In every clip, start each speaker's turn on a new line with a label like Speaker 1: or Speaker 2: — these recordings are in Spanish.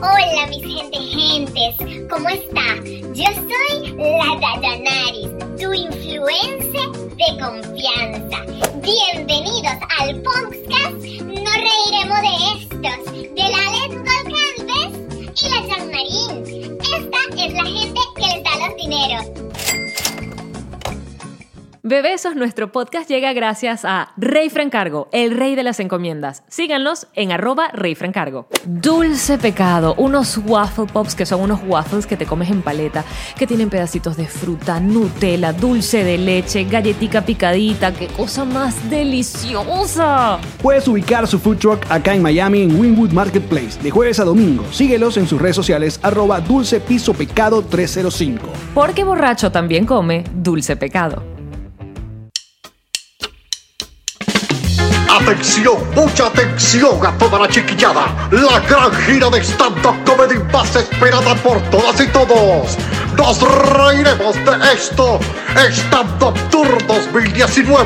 Speaker 1: Hola mis gente gentes, ¿cómo está? Yo soy la Dayanaris, tu influencer de confianza. Bienvenidos al podcast No reiremos de estos, de la Let's Go Canvas y la Jean Marín. Esta es la gente que les da los dineros.
Speaker 2: Bebesos, nuestro podcast llega gracias a Rey Francargo, el rey de las encomiendas. Síganlos en arroba Rey Francargo. Dulce Pecado, unos waffle pops que son unos waffles que te comes en paleta, que tienen pedacitos de fruta, Nutella, dulce de leche, galletica picadita, qué cosa más deliciosa.
Speaker 3: Puedes ubicar su food truck acá en Miami en Winwood Marketplace de jueves a domingo. Síguelos en sus redes sociales arroba dulce piso pecado 305.
Speaker 2: Porque borracho también come Dulce Pecado.
Speaker 4: Atención, mucha atención a toda la chiquillada. La gran gira de stand-up comedy más esperada por todas y todos. Nos reiremos de esto. Stand-up Tour 2019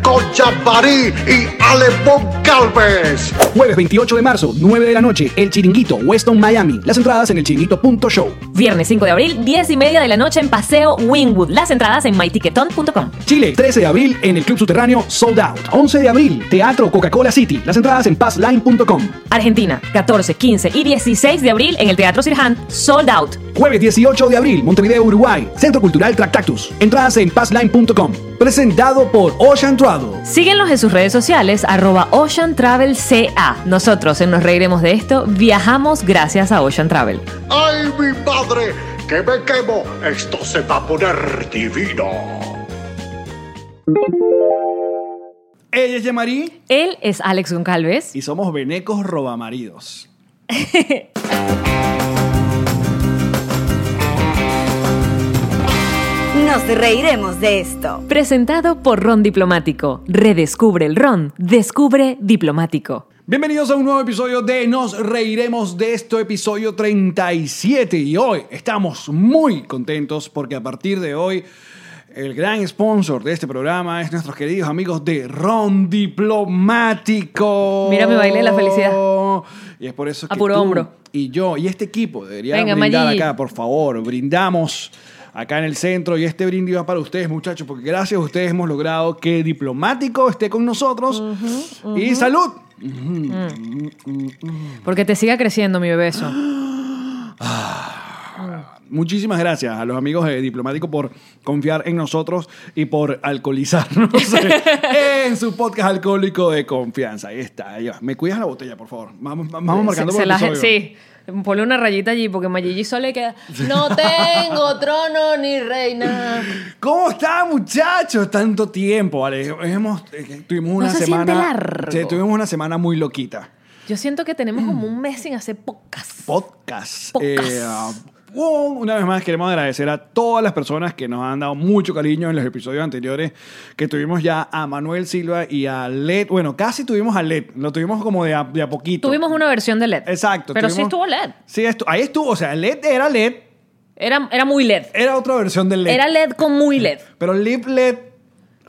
Speaker 4: con Jean-Marie y Alemón Calves.
Speaker 3: Jueves 28 de marzo, 9 de la noche, El Chiringuito, Weston, Miami. Las entradas en elchiringuito.show.
Speaker 2: Viernes 5 de abril, 10 y media de la noche en Paseo Wingwood. Las entradas en myticketon.com.
Speaker 3: Chile, 13 de abril en el Club Subterráneo Sold Out. 11 de abril, Teatro Coca-Cola City. Las entradas en passline.com.
Speaker 2: Argentina, 14, 15 y 16 de abril en el Teatro Sirhan, sold out.
Speaker 3: Jueves 18 de abril, Montevideo, Uruguay. Centro Cultural Tractactus. Entradas en passline.com. Presentado por Ocean Travel.
Speaker 2: Síguenlos en sus redes sociales, arroba Ocean Travel CA. Nosotros en Nos Reiremos de Esto viajamos gracias a Ocean Travel.
Speaker 4: ¡Ay, mi madre! ¡Que me quemo! Esto se va a poner divino.
Speaker 3: Ella es Yamari
Speaker 2: Él es Alex Goncalves.
Speaker 3: y somos Venecos Robamaridos.
Speaker 5: Nos reiremos de esto.
Speaker 2: Presentado por Ron Diplomático. Redescubre el Ron. Descubre Diplomático.
Speaker 3: Bienvenidos a un nuevo episodio de Nos Reiremos de esto, episodio 37. Y hoy estamos muy contentos porque a partir de hoy el gran sponsor de este programa es nuestros queridos amigos de Ron Diplomático.
Speaker 2: Mira mi baile de la felicidad.
Speaker 3: Y es por eso
Speaker 2: A
Speaker 3: que
Speaker 2: puro
Speaker 3: tú
Speaker 2: hombro.
Speaker 3: y yo y este equipo debería
Speaker 2: Venga,
Speaker 3: brindar
Speaker 2: Maggi.
Speaker 3: acá, por favor, brindamos acá en el centro y este brindis va para ustedes, muchachos, porque gracias a ustedes hemos logrado que Diplomático esté con nosotros. Y salud.
Speaker 2: Porque te siga creciendo mi bebeso.
Speaker 3: Muchísimas gracias a los amigos de Diplomático por confiar en nosotros y por alcoholizarnos en su podcast alcohólico de confianza. Ahí está, ahí va. ¿Me cuidas la botella, por favor? Vamos, vamos marcando
Speaker 2: Se-
Speaker 3: por
Speaker 2: se la-
Speaker 3: episodio.
Speaker 2: Sí. Ponle una rayita allí porque Mayigi solo le queda. No tengo trono ni reina.
Speaker 3: ¿Cómo está, muchachos? Tanto tiempo, vale. Hemos, eh, tuvimos una
Speaker 2: No se siente
Speaker 3: semana.
Speaker 2: largo.
Speaker 3: Sí, tuvimos una semana muy loquita.
Speaker 2: Yo siento que tenemos como un mes sin hacer pocas.
Speaker 3: Podcast.
Speaker 2: Podcast.
Speaker 3: Eh, uh, una vez más queremos agradecer a todas las personas que nos han dado mucho cariño en los episodios anteriores que tuvimos ya a Manuel Silva y a Led. Bueno, casi tuvimos a Led. Lo tuvimos como de a, de a poquito.
Speaker 2: Tuvimos una versión de LED.
Speaker 3: Exacto.
Speaker 2: Pero sí
Speaker 3: tuvimos-
Speaker 2: estuvo LED.
Speaker 3: Sí, estu- ahí estuvo. O sea, Led era Led.
Speaker 2: Era, era muy LED.
Speaker 3: Era otra versión de Led.
Speaker 2: Era LED con muy LED.
Speaker 3: Pero Lip Led.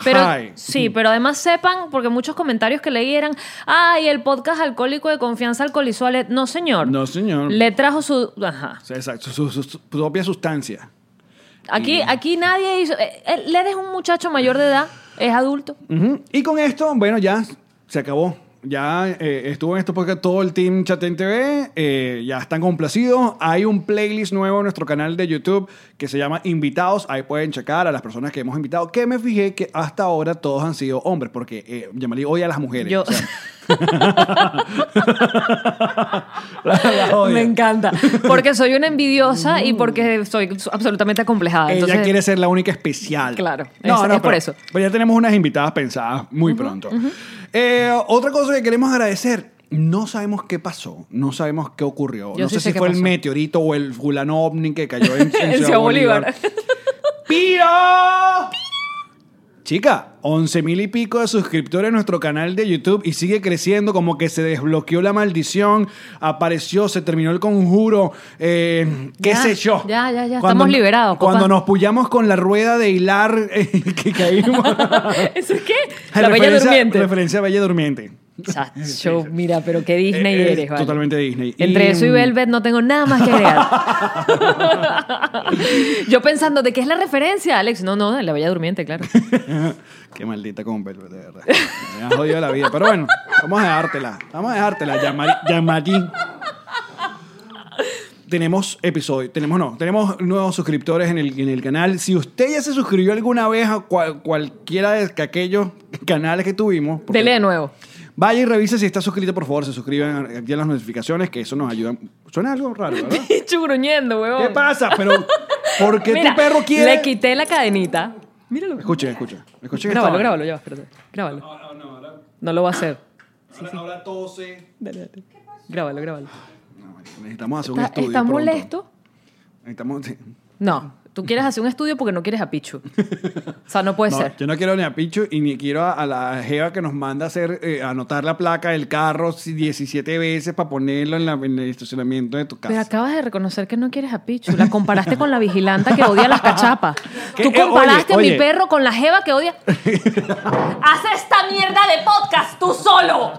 Speaker 2: Pero
Speaker 3: High.
Speaker 2: sí, pero además sepan, porque muchos comentarios que leí eran, ay, el podcast alcohólico de confianza alcoholizó a LED. No, señor.
Speaker 3: No, señor.
Speaker 2: Le trajo su... Ajá.
Speaker 3: Sí, Exacto, su, su- su propia sustancia.
Speaker 2: Aquí, aquí nadie hizo... eh, eh, LED es un muchacho mayor de edad, es adulto.
Speaker 3: Ujú. Y con esto, bueno, ya se acabó. Ya eh, estuvo en esto porque todo el team Chatén TV. eh, ya están complacidos. Hay un playlist nuevo en nuestro canal de YouTube que se llama Invitados. Ahí pueden checar a las personas que hemos invitado. Que me fijé que hasta ahora todos han sido hombres, porque eh, Yamali odia a las mujeres.
Speaker 2: Yo-
Speaker 3: o sea. Las odia.
Speaker 2: Me encanta. Porque soy una envidiosa y porque soy absolutamente acomplejada.
Speaker 3: Uh. Ella
Speaker 2: Entonces,
Speaker 3: quiere ser la única especial.
Speaker 2: Claro, es- es por
Speaker 3: pero-
Speaker 2: eso.
Speaker 3: Pero ya tenemos unas invitadas pensadas muy pronto. Eh, otra cosa que queremos agradecer. No sabemos qué pasó, no sabemos qué ocurrió.
Speaker 2: Yo
Speaker 3: no
Speaker 2: sí
Speaker 3: sé,
Speaker 2: sé
Speaker 3: si
Speaker 2: qué
Speaker 3: fue
Speaker 2: pasó.
Speaker 3: el meteorito o el fulano ovni que cayó en, en
Speaker 2: En Ciudad Bolívar.
Speaker 3: ¡Piro! Chica, 11 mil y pico de suscriptores en nuestro canal de YouTube y sigue creciendo como que se desbloqueó la maldición, apareció, se terminó el conjuro, eh, qué
Speaker 2: Ya,
Speaker 3: sé yo.
Speaker 2: ya, ya, ya, estamos liberados, papá.
Speaker 3: Cuando nos puyamos con la rueda de hilar eh, que caímos.
Speaker 2: ¿Eso es qué? La bella
Speaker 3: Referencia-
Speaker 2: durmiente.
Speaker 3: Referencia a Bella Durmiente.
Speaker 2: Chacho, mira, pero qué Disney
Speaker 3: Eh, eh,
Speaker 2: eres, ¿vale?
Speaker 3: Totalmente Disney. Y,
Speaker 2: Entre eso y
Speaker 3: mm,
Speaker 2: Velvet no tengo nada más que agregar. Yo pensando, ¿de qué es la referencia, Alex? No, no, de la Bella Durmiente, claro.
Speaker 3: Qué maldita con Velvet, de verdad. Me has jodido la vida. Pero bueno, vamos a dejártela. Vamos a dejártela. Llamar, llamarín. Tenemos episodio, tenemos no, tenemos nuevos suscriptores en el, en el canal. Si usted ya se suscribió alguna vez a cual- cualquiera de aquellos canales que tuvimos, porque-
Speaker 2: Dele de nuevo.
Speaker 3: vaya y revise si está suscrito, por favor, se suscriban, activen las notificaciones, que eso nos ayuda. Suena algo raro, ¿verdad?
Speaker 2: Pichu gruñendo, huevón.
Speaker 3: ¿Qué pasa? Pero, ¿por qué
Speaker 2: Mira,
Speaker 3: tu perro quiere?
Speaker 2: Le quité la cadenita. Míralo.
Speaker 3: Escuchen, escuchen. escuchen esta
Speaker 2: Grábalo,
Speaker 3: vaina.
Speaker 2: grábalo, ya, espérate. Grábalo. No lo va a hacer.
Speaker 3: Ahora, ahora tose.
Speaker 2: Dale, dale. Grábalo, grábalo.
Speaker 3: No, marico, necesitamos hacer un
Speaker 2: ¿Está,
Speaker 3: estudio.
Speaker 2: está
Speaker 3: pronto.
Speaker 2: molesto?
Speaker 3: Necesitamos. sí.
Speaker 2: No. Tú quieres hacer un estudio porque no quieres a Pichu. O sea, no puede
Speaker 3: No,
Speaker 2: ser.
Speaker 3: yo no quiero ni a Pichu y ni quiero a, a la Jeva que nos manda a hacer, eh, anotar la placa del carro si- 17 veces para ponerlo en, la- en el estacionamiento de tu casa.
Speaker 2: Pero acabas de reconocer que no quieres a Pichu. La comparaste con la vigilanta que odia las cachapas.
Speaker 3: ¿Qué?
Speaker 2: Tú
Speaker 3: Eh,
Speaker 2: comparaste
Speaker 3: oye,
Speaker 2: a mi
Speaker 3: oye.
Speaker 2: perro con la jeva que odia. ¡Haz esta mierda de podcast tú solo!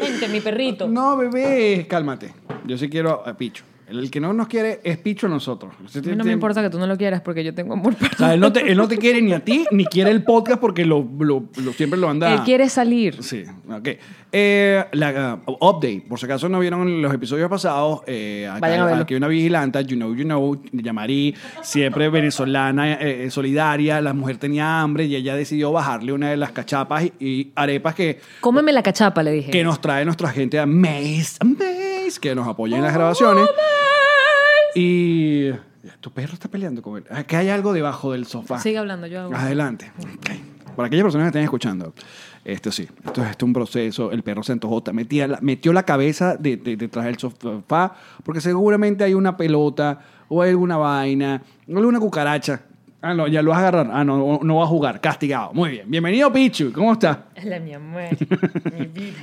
Speaker 2: Vente, mi perrito.
Speaker 3: No, bebé, cálmate. Yo sí quiero a, a Pichu. El, el que no nos quiere es Pichu a nosotros. Usted
Speaker 2: A mí no
Speaker 3: tiene-
Speaker 2: me importa que tú no lo quieras porque yo tengo amor para
Speaker 3: O sea, él no, te, él no te quiere ni a ti, ni quiere el podcast porque lo, lo- lo- siempre lo anda.
Speaker 2: Él quiere salir.
Speaker 3: Sí, ok. Eh, la, uh, update, por si acaso no vieron los episodios pasados, eh, acá-
Speaker 2: Vayan a verlo.
Speaker 3: aquí hay una vigilanta, you know, you know, Yamari, siempre venezolana, eh, eh, solidaria, la mujer tenía hambre y ella decidió bajarle una de las cachapas y, y arepas que,
Speaker 2: Cómeme la cachapa, le dije.
Speaker 3: que nos trae nuestra gente a Maze, Maze, que nos apoya en
Speaker 2: Oh,
Speaker 3: las grabaciones. Y tu perro está peleando con él. Ah, Que hay algo debajo del sofá.
Speaker 2: Sigue hablando, yo hago.
Speaker 3: Adelante. Ok. Para aquellas personas que estén escuchando, esto sí, esto, es- esto es un proceso. El perro se antojó, te metía la- metió la cabeza de- de- detrás del sofá, porque seguramente hay una pelota o hay alguna vaina, o alguna cucaracha. Ah, no, ya lo vas a agarrar. Ah, no, no va a jugar. Castigado. Muy bien. Bienvenido, Pichu. ¿Cómo estás?
Speaker 2: La mi amor. mi vida.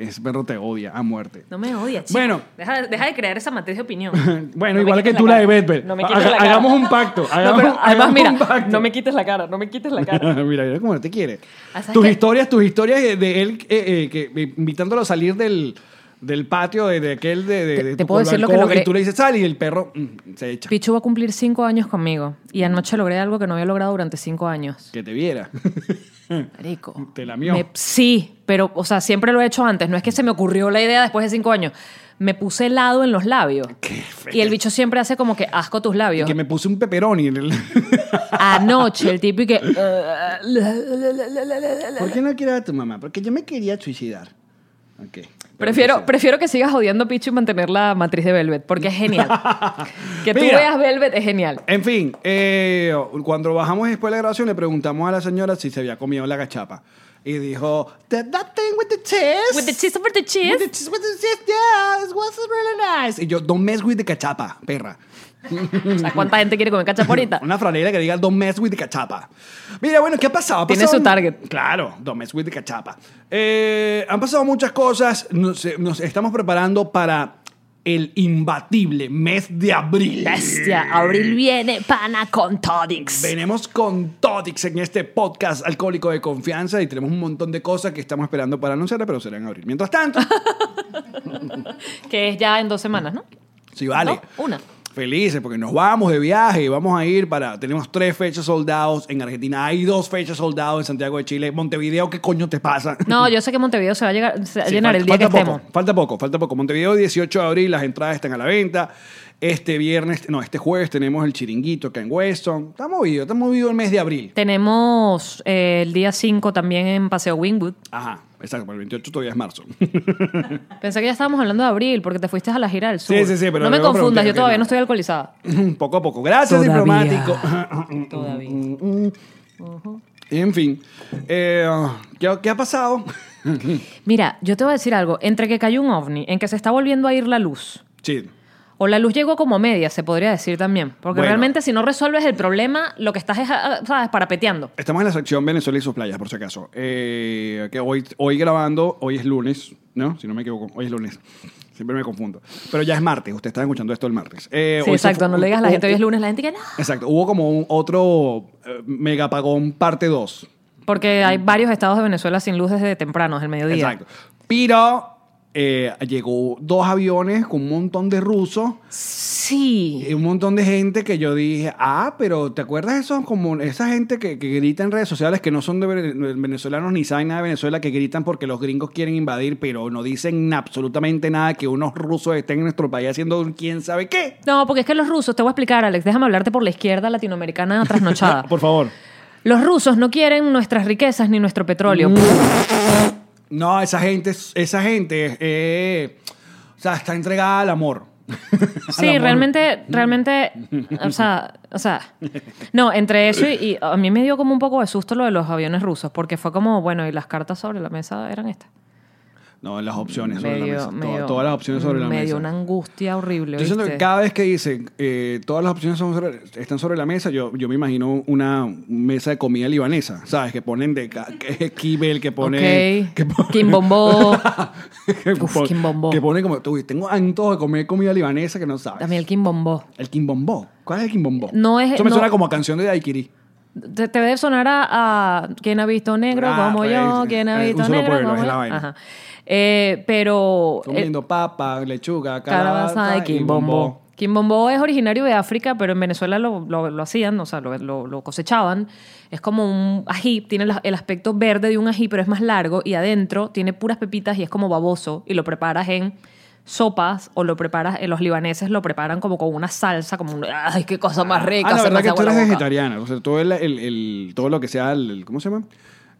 Speaker 3: Ese perro te odia a muerte.
Speaker 2: No me odias, chico.
Speaker 3: Bueno.
Speaker 2: Deja, deja de crear esa matriz de opinión.
Speaker 3: Bueno,
Speaker 2: No me
Speaker 3: igual que
Speaker 2: quites
Speaker 3: tú la de
Speaker 2: cara.
Speaker 3: Bedbert.
Speaker 2: No me
Speaker 3: Ha-
Speaker 2: quites la cara.
Speaker 3: hagamos un pacto,
Speaker 2: No,
Speaker 3: hagamos-
Speaker 2: pero además,
Speaker 3: hagamos
Speaker 2: mira,
Speaker 3: un pacto.
Speaker 2: no me quites la cara, no me quites la cara.
Speaker 3: mira, mira cómo te quiere.
Speaker 2: Ah, ¿sabes
Speaker 3: Tus
Speaker 2: qué?
Speaker 3: historias, tus historias de, de él eh, eh, que, eh, invitándolo a salir del, del patio de, de aquel de, de-
Speaker 2: Te-
Speaker 3: de
Speaker 2: te
Speaker 3: tu
Speaker 2: puedo
Speaker 3: pueblo
Speaker 2: decir lo que
Speaker 3: alcohol,
Speaker 2: logré.
Speaker 3: Y tú le dices sal y el perro mm, se echa.
Speaker 2: Pichu va a cumplir cinco años conmigo y anoche logré algo que no había logrado durante cinco años.
Speaker 3: Que te viera.
Speaker 2: Rico.
Speaker 3: Te lamió.
Speaker 2: sí, pero, o sea, siempre lo he hecho antes. No es que se me ocurrió la idea después de cinco años. Me puse helado en los labios. Y el bicho siempre hace como que asco tus
Speaker 3: Y
Speaker 2: labios.
Speaker 3: que me puse un peperoni. en el-
Speaker 2: Anoche el tipo y que...
Speaker 3: ¿Por qué no quiero a tu mamá? Porque yo me quería suicidar. Ok.
Speaker 2: Prefiero, prefiero que sigas odiando a Pichu y mantener la matriz de Velvet, porque es genial. que tú
Speaker 3: Mira.
Speaker 2: veas Velvet es genial.
Speaker 3: En fin, eh, cuando bajamos después de la grabación le preguntamos a la señora si se había comido la cachapa. Y dijo, that, that thing with the cheese.
Speaker 2: With the cheese over the cheese.
Speaker 3: With the cheese, with the cheese, yeah, it was really nice. Y yo, don't mess with the cachapa, perra.
Speaker 2: O sea, ¿cuánta gente quiere comer cachapurita?
Speaker 3: Una franela que diga Don't mess with the cachapa. Mira, bueno, ¿qué ha pasado? Ha
Speaker 2: Tiene
Speaker 3: pasado-
Speaker 2: su target.
Speaker 3: Claro, Don't mess with the cachapa. Eh, han pasado muchas cosas. Nos, eh, nos estamos preparando para el imbatible mes de abril.
Speaker 2: Bestia, abril viene, pana con Todix.
Speaker 3: Venimos con Todix en este podcast alcohólico de confianza y tenemos un montón de cosas que estamos esperando para anunciar, pero será en abril. Mientras tanto,
Speaker 2: Que es ya en dos semanas, ¿no?
Speaker 3: si vale.
Speaker 2: No, una.
Speaker 3: Felices, porque nos vamos de viaje, vamos a ir para. Tenemos tres fechas soldados en Argentina, hay dos fechas soldados en Santiago de Chile. Montevideo, ¿qué coño te pasa?
Speaker 2: No, yo sé que Montevideo se va a, llegar, se va a
Speaker 3: Sí,
Speaker 2: llenar
Speaker 3: falta-
Speaker 2: el día que
Speaker 3: falta
Speaker 2: estemos.
Speaker 3: Poco, falta poco, falta poco. Montevideo, 18 de abril, las entradas están a la venta. Este viernes, no, este jueves tenemos el chiringuito acá en Weston. Está movido, está movido el mes de abril.
Speaker 2: Tenemos eh, el día 5 también en Paseo Wingwood.
Speaker 3: Ajá, exacto, para el 28 todavía es marzo.
Speaker 2: Pensé que ya estábamos hablando de abril porque te fuiste a la gira del sur.
Speaker 3: Sí, sí, sí, pero
Speaker 2: no me
Speaker 3: luego
Speaker 2: confundas, yo
Speaker 3: pregunté que
Speaker 2: todavía
Speaker 3: no.
Speaker 2: no estoy alcoholizada.
Speaker 3: poco a poco. Gracias,
Speaker 2: Todavía.
Speaker 3: diplomático.
Speaker 2: Todavía.
Speaker 3: en fin, eh, ¿qué, qué ha pasado?
Speaker 2: Mira, yo te voy a decir algo. Entre que cayó un ovni, en que se está volviendo a ir la luz,
Speaker 3: sí.
Speaker 2: o la luz llegó como media, se podría decir también. Porque
Speaker 3: Bueno.
Speaker 2: realmente si no resuelves el problema, lo que estás es, ah, ¿sabes? parapeteando.
Speaker 3: Estamos en la sección Venezuela y sus playas, por si acaso. Eh, que hoy, hoy grabando, hoy es lunes, ¿no? Si no me equivoco, hoy es lunes. Siempre me confundo. Pero ya es martes, usted está escuchando esto el martes. Eh,
Speaker 2: Sí,
Speaker 3: hoy eh, se
Speaker 2: exacto.
Speaker 3: fue-
Speaker 2: No le digas a la
Speaker 3: hu-
Speaker 2: gente, hoy es
Speaker 3: hu-
Speaker 2: lunes, la gente que no.
Speaker 3: Exacto, hubo como un otro eh, megapagón parte 2.
Speaker 2: Porque hay varios estados de Venezuela sin luz desde temprano, desde el mediodía.
Speaker 3: Exacto. Pero eh, llegó dos aviones con un montón de rusos
Speaker 2: Sí.
Speaker 3: y un montón de gente que yo dije, ah, pero ¿te acuerdas esos como esa gente que, que grita en redes sociales que no son de vene- venezolanos ni saben nada de Venezuela, que gritan porque los gringos quieren invadir, pero no dicen absolutamente nada que unos rusos estén en nuestro país haciendo quién sabe qué?
Speaker 2: No, porque es que los rusos, te voy a explicar, Alex, déjame hablarte por la izquierda latinoamericana trasnochada.
Speaker 3: Por favor.
Speaker 2: los rusos no quieren nuestras riquezas ni nuestro petróleo.
Speaker 3: No, esa gente, es- esa gente, eh, o sea, está entregada al amor. Al
Speaker 2: Sí,
Speaker 3: amor.
Speaker 2: realmente, realmente, o sea, o sea, no, entre eso y, y a mí me dio como un poco de susto lo de los aviones rusos, porque fue como, bueno, y las cartas sobre la mesa eran estas.
Speaker 3: No, las opciones sobre
Speaker 2: Me
Speaker 3: la
Speaker 2: dio-
Speaker 3: mesa.
Speaker 2: me
Speaker 3: Todas-
Speaker 2: dio-
Speaker 3: todas las opciones sobre la
Speaker 2: Me
Speaker 3: mesa.
Speaker 2: dio una angustia horrible.
Speaker 3: Yo siento que
Speaker 2: ¿oíste?
Speaker 3: cada vez que dicen eh, todas las opciones son sobre- están sobre la mesa, yo, yo me imagino una mesa de comida libanesa, ¿sabes? Que ponen de ca- que- kibel, que ponen...
Speaker 2: Ok.
Speaker 3: Que ponen-
Speaker 2: Kimbombo.
Speaker 3: que,
Speaker 2: Uf,
Speaker 3: pon-
Speaker 2: kimbombo.
Speaker 3: que ponen como, uy, tengo antojo de comer comida libanesa que no sabes.
Speaker 2: También el quimbombó.
Speaker 3: El quimbombó. ¿Cuál es el quimbombó?
Speaker 2: No es-
Speaker 3: Eso me
Speaker 2: no- Eh,
Speaker 3: suena como a canción de Daiquiri.
Speaker 2: Te, te debe sonar a, a ¿Quién ha visto negro
Speaker 3: Ah,
Speaker 2: como
Speaker 3: pues,
Speaker 2: yo? ¿Quién ha
Speaker 3: eh,
Speaker 2: visto
Speaker 3: un solo
Speaker 2: negro
Speaker 3: pueblo,
Speaker 2: como
Speaker 3: es la
Speaker 2: yo?
Speaker 3: vaina.
Speaker 2: Ajá. Eh, pero... eh,
Speaker 3: Comiendo papa, lechuga,
Speaker 2: Calabaza
Speaker 3: calabaza
Speaker 2: de
Speaker 3: y bombó.
Speaker 2: Quimbombo. Quimbombo es originario de África, pero en Venezuela lo, lo- lo hacían, o sea, lo, lo- lo cosechaban. Es como un ají, tiene la- el aspecto verde de un ají, pero es más largo y adentro tiene puras pepitas y es como baboso y lo preparas en sopas o lo preparas, eh, los libaneses lo preparan como con una salsa, como un, ¡ay, qué cosa más rica!
Speaker 3: Ah, la
Speaker 2: se me
Speaker 3: verdad que
Speaker 2: hace
Speaker 3: tú
Speaker 2: agua
Speaker 3: eres
Speaker 2: la boca!
Speaker 3: vegetariana. O sea, todo, el, el- el- todo lo que sea, el, el- ¿cómo se llama?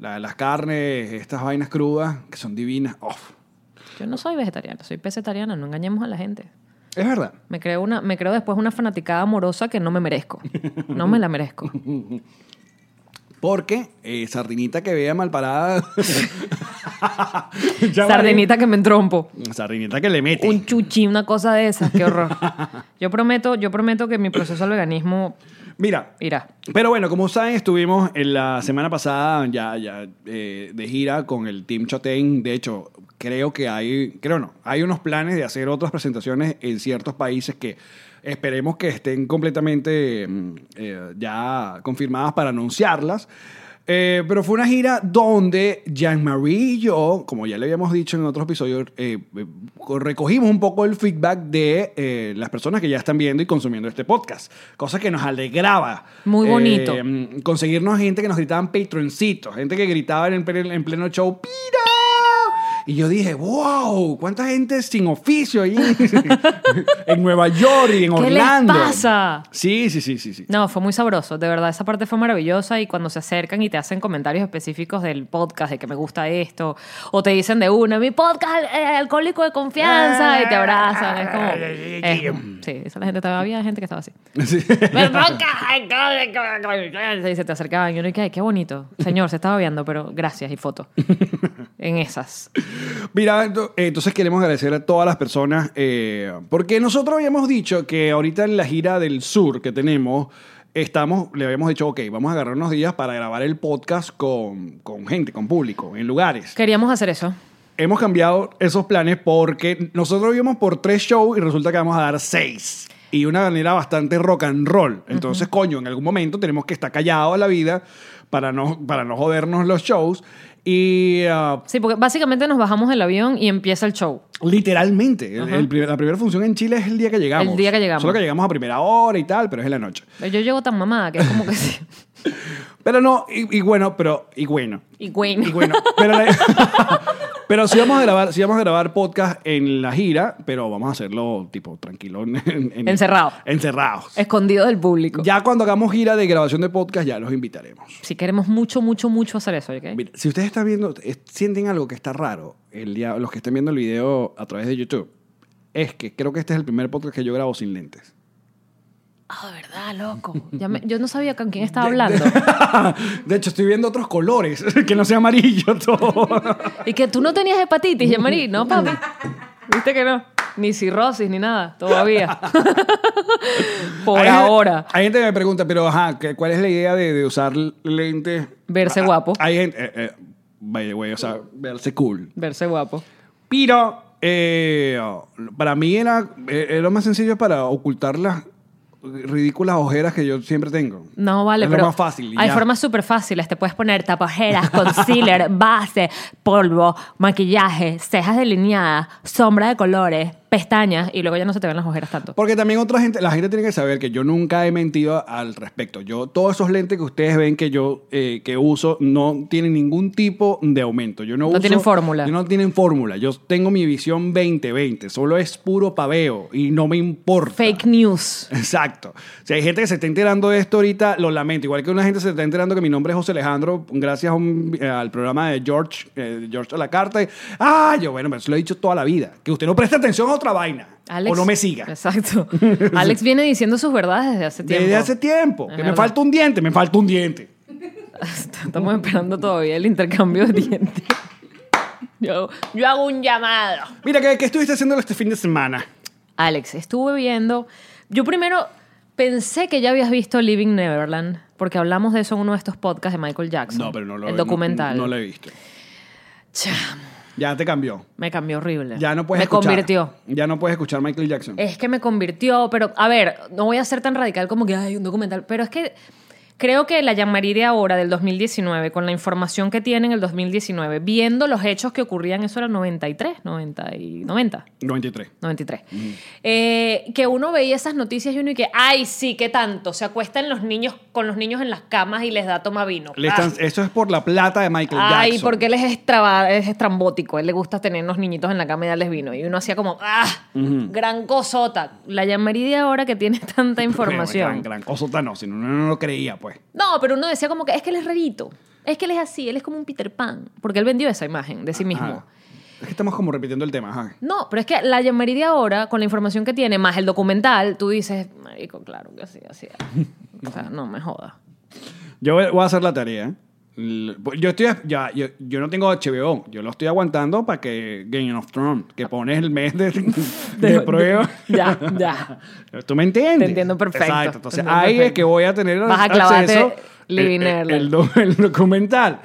Speaker 3: La- las carnes, estas vainas crudas, que son divinas. Uf,
Speaker 2: Yo no soy vegetariana, soy pescetariana, no engañemos a la gente.
Speaker 3: es verdad.
Speaker 2: Me creo, una, me creo después una fanaticada amorosa que no me merezco. No me la merezco.
Speaker 3: Porque eh, sardinita que vea malparada. Ya vale.
Speaker 2: Sardinita que me entrompo.
Speaker 3: Sardinita que le mete.
Speaker 2: un chuchi, una cosa de esas, qué horror. Yo prometo, yo prometo que mi proceso al veganismo
Speaker 3: Mira,
Speaker 2: irá.
Speaker 3: Pero bueno, como saben, estuvimos en la semana pasada ya, ya eh, de gira con el Team Chatein. De hecho, creo que hay, creo no, hay unos planes de hacer otras presentaciones en ciertos países que esperemos que estén completamente mm, eh, ya confirmadas para anunciarlas. Eh, pero fue una gira donde Jean-Marie y yo, como ya le habíamos dicho en otros episodios, eh, eh, recogimos un poco el feedback de eh, las personas que ya están viendo y consumiendo este podcast. Cosa que nos alegraba.
Speaker 2: Muy bonito.
Speaker 3: Eh, conseguirnos gente que nos gritaban patroncitos, gente que gritaba en, pleno- en pleno show, ¡Pira! Y yo dije, wow, cuánta gente sin oficio ahí en Nueva York y en
Speaker 2: ¿Qué les
Speaker 3: Orlando.
Speaker 2: pasa?
Speaker 3: Sí, sí, sí, sí, sí.
Speaker 2: No, fue muy sabroso, de verdad, esa parte fue maravillosa y cuando se acercan y te hacen comentarios específicos del podcast, de que me gusta esto, o te dicen de una, mi podcast eh, alcohólico de confianza, y te abrazan, es como... es- sí, esa la gente, estaba- había gente que estaba así.
Speaker 3: Sí.
Speaker 2: "Mi podcast alcohólico de confianza", y se te acercaban y uno, que, ay, qué bonito, señor, se estaba viendo, pero gracias y foto. en esas.
Speaker 3: Mira, ento- eh, entonces queremos agradecer a todas las personas, eh, porque nosotros habíamos dicho que ahorita en la gira del sur que tenemos, estamos, le habíamos dicho, ok, vamos a agarrar unos días para grabar el podcast con, con gente, con público, en lugares.
Speaker 2: Queríamos hacer eso.
Speaker 3: Hemos cambiado esos planes porque nosotros íbamos por tres shows y resulta que vamos a dar seis. Y una manera bastante rock and roll. Entonces, coño, en algún momento tenemos que estar callados a la vida para no, para no jodernos los shows. Y ah,
Speaker 2: Sí, porque básicamente nos bajamos del avión y empieza el show.
Speaker 3: Literalmente. El-
Speaker 2: Ajá.
Speaker 3: el primer- la primera función en Chile es el día que llegamos.
Speaker 2: El día que llegamos.
Speaker 3: Solo que llegamos a primera hora y tal, pero es en la noche.
Speaker 2: Yo llego tan mamada que es como que sí.
Speaker 3: Pero no, y, y bueno, pero, y bueno.
Speaker 2: Y bueno.
Speaker 3: Y bueno, pero, la- pero sí vamos a grabar, sí vamos a grabar podcast en la gira, pero vamos a hacerlo tipo tranquilo. en- en-
Speaker 2: Encerrado.
Speaker 3: Encerrados.
Speaker 2: Escondido del público.
Speaker 3: Ya cuando hagamos gira de grabación de podcast, ya los invitaremos.
Speaker 2: Si queremos mucho, mucho, mucho hacer eso, ¿ok?
Speaker 3: Mira, si ustedes están viendo, eh, sienten algo que está raro, el día, los que estén viendo el video a través de YouTube, es que creo que este es el primer podcast que yo grabo sin lentes.
Speaker 2: Ah, verdad, loco. Ya me- yo no sabía con quién estaba
Speaker 3: De-
Speaker 2: hablando.
Speaker 3: De, de hecho, estoy viendo otros colores, que no sea amarillo todo.
Speaker 2: Y que tú no tenías hepatitis, Yamari. No, papi. ¿Viste que no? Ni cirrosis, ni nada. Todavía. Por
Speaker 3: Hay-
Speaker 2: ahora.
Speaker 3: Hay gente que me pregunta, pero ajá, ¿qué- ¿cuál es la idea de, de usar lentes?
Speaker 2: Verse
Speaker 3: Ah,
Speaker 2: guapo.
Speaker 3: Hay gente, eh, eh, by the way, o sea, verse cool.
Speaker 2: Verse guapo.
Speaker 3: Pero eh, para mí era, eh, era lo más sencillo para ocultar las ridículas ojeras que yo siempre tengo.
Speaker 2: No, vale,
Speaker 3: es
Speaker 2: pero
Speaker 3: lo más fácil. y
Speaker 2: hay
Speaker 3: ya.
Speaker 2: formas súper fáciles. Te puedes poner tapajeras, concealer, base, polvo, maquillaje, cejas delineadas, sombra de colores, pestañas y luego ya no se te ven las ojeras tanto.
Speaker 3: Porque también otra gente, la gente tiene que saber que yo nunca he mentido al respecto. Yo, todos esos lentes que ustedes ven que yo eh, que uso no tienen ningún tipo de aumento. Yo no,
Speaker 2: No
Speaker 3: uso-
Speaker 2: tienen fórmula.
Speaker 3: yo No tienen fórmula. Yo tengo mi visión 2020. Solo es puro paveo y no me importa.
Speaker 2: Fake news.
Speaker 3: Exacto. Si hay gente que se está enterando de esto ahorita, lo lamento. Igual que una gente se está enterando que mi nombre es José Alejandro, gracias a un- eh, al programa de George, eh, de George a la carta. Ah, yo, bueno, pero eso lo he dicho toda la vida. Que usted no preste atención a otra vaina.
Speaker 2: Alex,
Speaker 3: o no me siga.
Speaker 2: Exacto. Alex viene diciendo sus verdades desde hace tiempo.
Speaker 3: Desde hace tiempo.
Speaker 2: Es
Speaker 3: que me
Speaker 2: verdad.
Speaker 3: falta un diente, me falta un diente.
Speaker 2: Estamos esperando todavía el intercambio de dientes. Yo, yo hago un llamado.
Speaker 3: Mira, ¿qué, qué estuviste haciendo este fin de semana?
Speaker 2: Alex, estuve viendo. Yo primero pensé que ya habías visto Living Neverland, porque hablamos de eso en uno de estos podcasts de Michael Jackson. El documental.
Speaker 3: No, lo he visto.
Speaker 2: Chamo,
Speaker 3: Ya te cambió.
Speaker 2: me cambió horrible.
Speaker 3: Ya no puedes
Speaker 2: Me
Speaker 3: escuchar.
Speaker 2: convirtió. Eh.
Speaker 3: Ya no puedes escuchar Michael Jackson.
Speaker 2: Es que me convirtió, pero a ver, no voy a ser tan radical como que hay un documental, pero es que creo que la Yanmarí de ahora, del 2019, con la información que tiene en el 2019, viendo los hechos que ocurrían, eso era 93, 90 y 90.
Speaker 3: 93.
Speaker 2: 93. Eh, que uno veía esas noticias y uno y que, ay, sí, qué tanto. Se acuestan los niños con los niños en las camas y les da toma vino.
Speaker 3: Le están-
Speaker 2: Ah.
Speaker 3: Eso es por la plata de Michael
Speaker 2: Ay,
Speaker 3: Jackson.
Speaker 2: porque él es, estraba- es estrambótico. A él le gusta tener los niñitos en la cama y darles vino. Y uno hacía como, ¡ah! Gran cosota. La llamaría ahora que tiene tanta información.
Speaker 3: Gran, gran cosota no, si no, no, no lo creía, pues.
Speaker 2: No, pero uno decía como que es que él es rarito. Es que él es así, él es como un Peter Pan. Porque él vendió esa imagen de sí mismo.
Speaker 3: Ajá. Es que estamos como repitiendo el tema, ajá.
Speaker 2: No, pero es que la llamaría de ahora, con la información que tiene, más el documental, tú dices, marico, claro que así, así. era". O sea, no me jodas.
Speaker 3: Yo voy voy a hacer la tarea. ¿eh? L- pues, Yo estoy ya, yo, yo no tengo HBO, yo lo estoy aguantando para que Game of Thrones, que pones el mes de, de
Speaker 2: De-
Speaker 3: prueba.
Speaker 2: de- ya, ya.
Speaker 3: Tú me entiendes.
Speaker 2: Te entiendo perfecto.
Speaker 3: Exacto. Entonces
Speaker 2: Te entiendo
Speaker 3: ahí es
Speaker 2: perfecto.
Speaker 3: que voy a tener
Speaker 2: Vas a clavarte
Speaker 3: acceso
Speaker 2: Living
Speaker 3: el, el,
Speaker 2: Neverland.
Speaker 3: el do- el documental.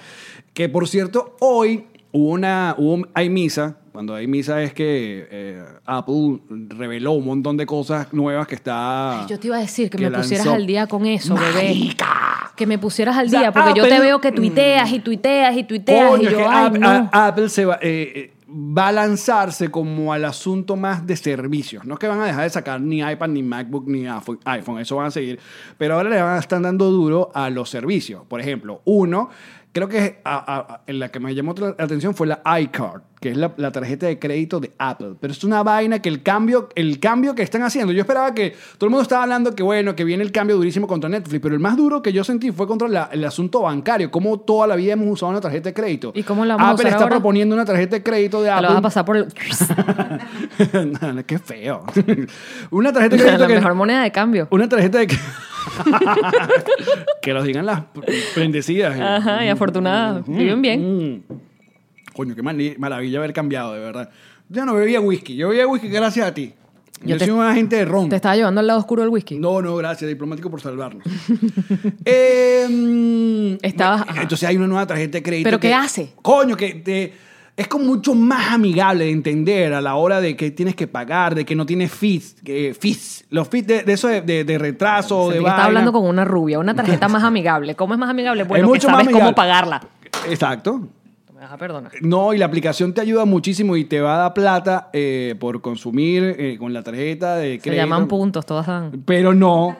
Speaker 3: Que por cierto, hoy hubo una, hubo un- hay misa. Cuando hay misa es que eh, Apple reveló un montón de cosas nuevas que está.
Speaker 2: Yo te iba a decir que, me
Speaker 3: Ah. lanzó.
Speaker 2: pusieras al día con eso, bebé.
Speaker 3: ¡Marica!
Speaker 2: Que me pusieras al
Speaker 3: O sea,
Speaker 2: día, porque yo te
Speaker 3: Apple-
Speaker 2: veo que tuiteas y tuiteas y tuiteas
Speaker 3: Coño,
Speaker 2: y
Speaker 3: es
Speaker 2: yo,
Speaker 3: que ah,
Speaker 2: ay,
Speaker 3: App-
Speaker 2: no.
Speaker 3: a- Apple se va, eh, eh, va a lanzarse como al asunto más de servicios. No es que van a dejar de sacar ni iPad, ni MacBook, ni afo- iPhone. Eso van a seguir. Pero ahora le van a estar dando duro a los servicios. Por ejemplo, uno, creo que a- a- a- en la que me llamó la atención fue la iCard, que es la, la tarjeta de crédito de Apple. Pero es una vaina que el cambio, el cambio que están haciendo. Yo esperaba que todo el mundo estaba hablando que bueno, que viene el cambio durísimo contra Netflix. Pero el más duro que yo sentí fue contra la- el asunto bancario. Como toda la vida hemos usado una tarjeta de crédito.
Speaker 2: ¿Y cómo la vamos a
Speaker 3: Apple
Speaker 2: usar
Speaker 3: está
Speaker 2: ahora?
Speaker 3: proponiendo una tarjeta de crédito de
Speaker 2: Te
Speaker 3: Apple.
Speaker 2: lo vas a pasar por el-
Speaker 3: No, Qué feo. una tarjeta de crédito
Speaker 2: la
Speaker 3: que
Speaker 2: mejor moneda de cambio.
Speaker 3: una tarjeta de que los digan las bendecidas.
Speaker 2: Ajá, y afortunada.
Speaker 3: Mm,
Speaker 2: Viven bien.
Speaker 3: Coño, qué mani- maravilla haber cambiado, de verdad. Yo no bebía whisky, yo bebía whisky gracias a ti. Yo,
Speaker 2: Yo te-
Speaker 3: soy un agente de ron.
Speaker 2: Te estaba llevando al lado oscuro del whisky.
Speaker 3: mm. No, no, gracias, diplomático por salvarnos. Eh, mm,
Speaker 2: Estabas-
Speaker 3: bueno,
Speaker 2: ajá.
Speaker 3: Entonces hay una nueva tarjeta de crédito.
Speaker 2: ¿Pero qué
Speaker 3: que-
Speaker 2: hace?
Speaker 3: Coño, que te- es como mucho más amigable de entender a la hora de que tienes que pagar, de que no tienes fees. Que fees los fees de, de eso de, de- de retraso, de
Speaker 2: Sentí que
Speaker 3: vaina.
Speaker 2: estaba hablando con una rubia, una tarjeta más amigable. ¿Cómo es más amigable? Bueno,
Speaker 3: mucho
Speaker 2: que
Speaker 3: más
Speaker 2: sabes cómo
Speaker 3: amigable.
Speaker 2: pagarla.
Speaker 3: Exacto.
Speaker 2: Me vas a perdonar.
Speaker 3: No, y la aplicación te ayuda muchísimo y te va a dar plata eh, por consumir eh, con la tarjeta de crédito.
Speaker 2: Se llaman puntos, todas dan.
Speaker 3: Pero no.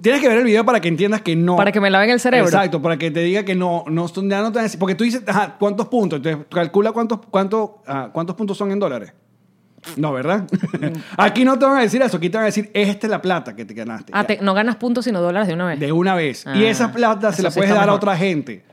Speaker 3: Tienes que ver el video para que entiendas que no.
Speaker 2: Para que me laven el cerebro.
Speaker 3: Exacto, para que te diga que no, no son- ya no te van a decir- Porque tú dices, ajá, ¿cuántos puntos? Entonces, calcula cuántos, cuánto, ah, cuántos puntos son en dólares. No, ¿verdad? aquí no te van a decir eso, aquí te van a decir, esta es la plata que te ganaste.
Speaker 2: Ah,
Speaker 3: Ya.
Speaker 2: te- no ganas puntos sino dólares de una vez.
Speaker 3: De una vez. y
Speaker 2: Ah,
Speaker 3: esa plata se
Speaker 2: eso
Speaker 3: la
Speaker 2: sí
Speaker 3: puedes
Speaker 2: está
Speaker 3: dar a
Speaker 2: mejor.
Speaker 3: otra gente.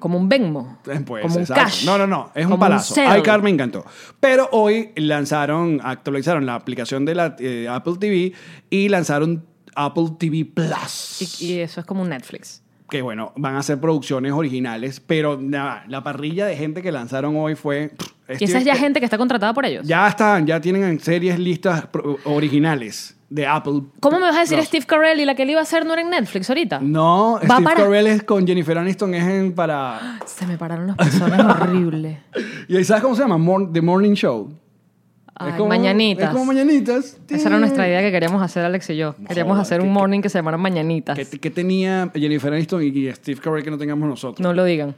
Speaker 2: Como un Venmo.
Speaker 3: Eh, pues,
Speaker 2: como un
Speaker 3: exacto.
Speaker 2: cash.
Speaker 3: No, no, no, es
Speaker 2: como
Speaker 3: un palazo.
Speaker 2: Zelle.
Speaker 3: Ay, Carmen, me encantó. Pero hoy lanzaron, actualizaron la aplicación de la eh, Apple TV y lanzaron Apple TV Plus.
Speaker 2: Y, y eso es como un Netflix.
Speaker 3: que bueno, van a ser producciones originales, pero nada, la parrilla de gente que lanzaron hoy fue... este
Speaker 2: Y esa es ya gente que está contratada por ellos.
Speaker 3: eh, Ya están, ya tienen series listas pro- originales de Apple.
Speaker 2: ¿Cómo me vas a decir
Speaker 3: Plus.
Speaker 2: Steve Carell y la que él iba a hacer no era en Netflix ahorita?
Speaker 3: No,
Speaker 2: Va
Speaker 3: Steve
Speaker 2: para-
Speaker 3: Carell es con Jennifer Aniston, es en para...
Speaker 2: Se me pararon las personas horrible.
Speaker 3: ¿Y ahí sabes cómo se llama? Mor- The Morning Show.
Speaker 2: Ay, mañanitas.
Speaker 3: Es como mañanitas.
Speaker 2: Esa era nuestra idea que queríamos hacer Alex y yo. Queríamos
Speaker 3: Joder,
Speaker 2: hacer un
Speaker 3: qué-
Speaker 2: morning que se llamara Mañanitas.
Speaker 3: ¿Qué, qué tenía Jennifer Aniston y- y Steve Carell que no tengamos nosotros?
Speaker 2: No lo digan.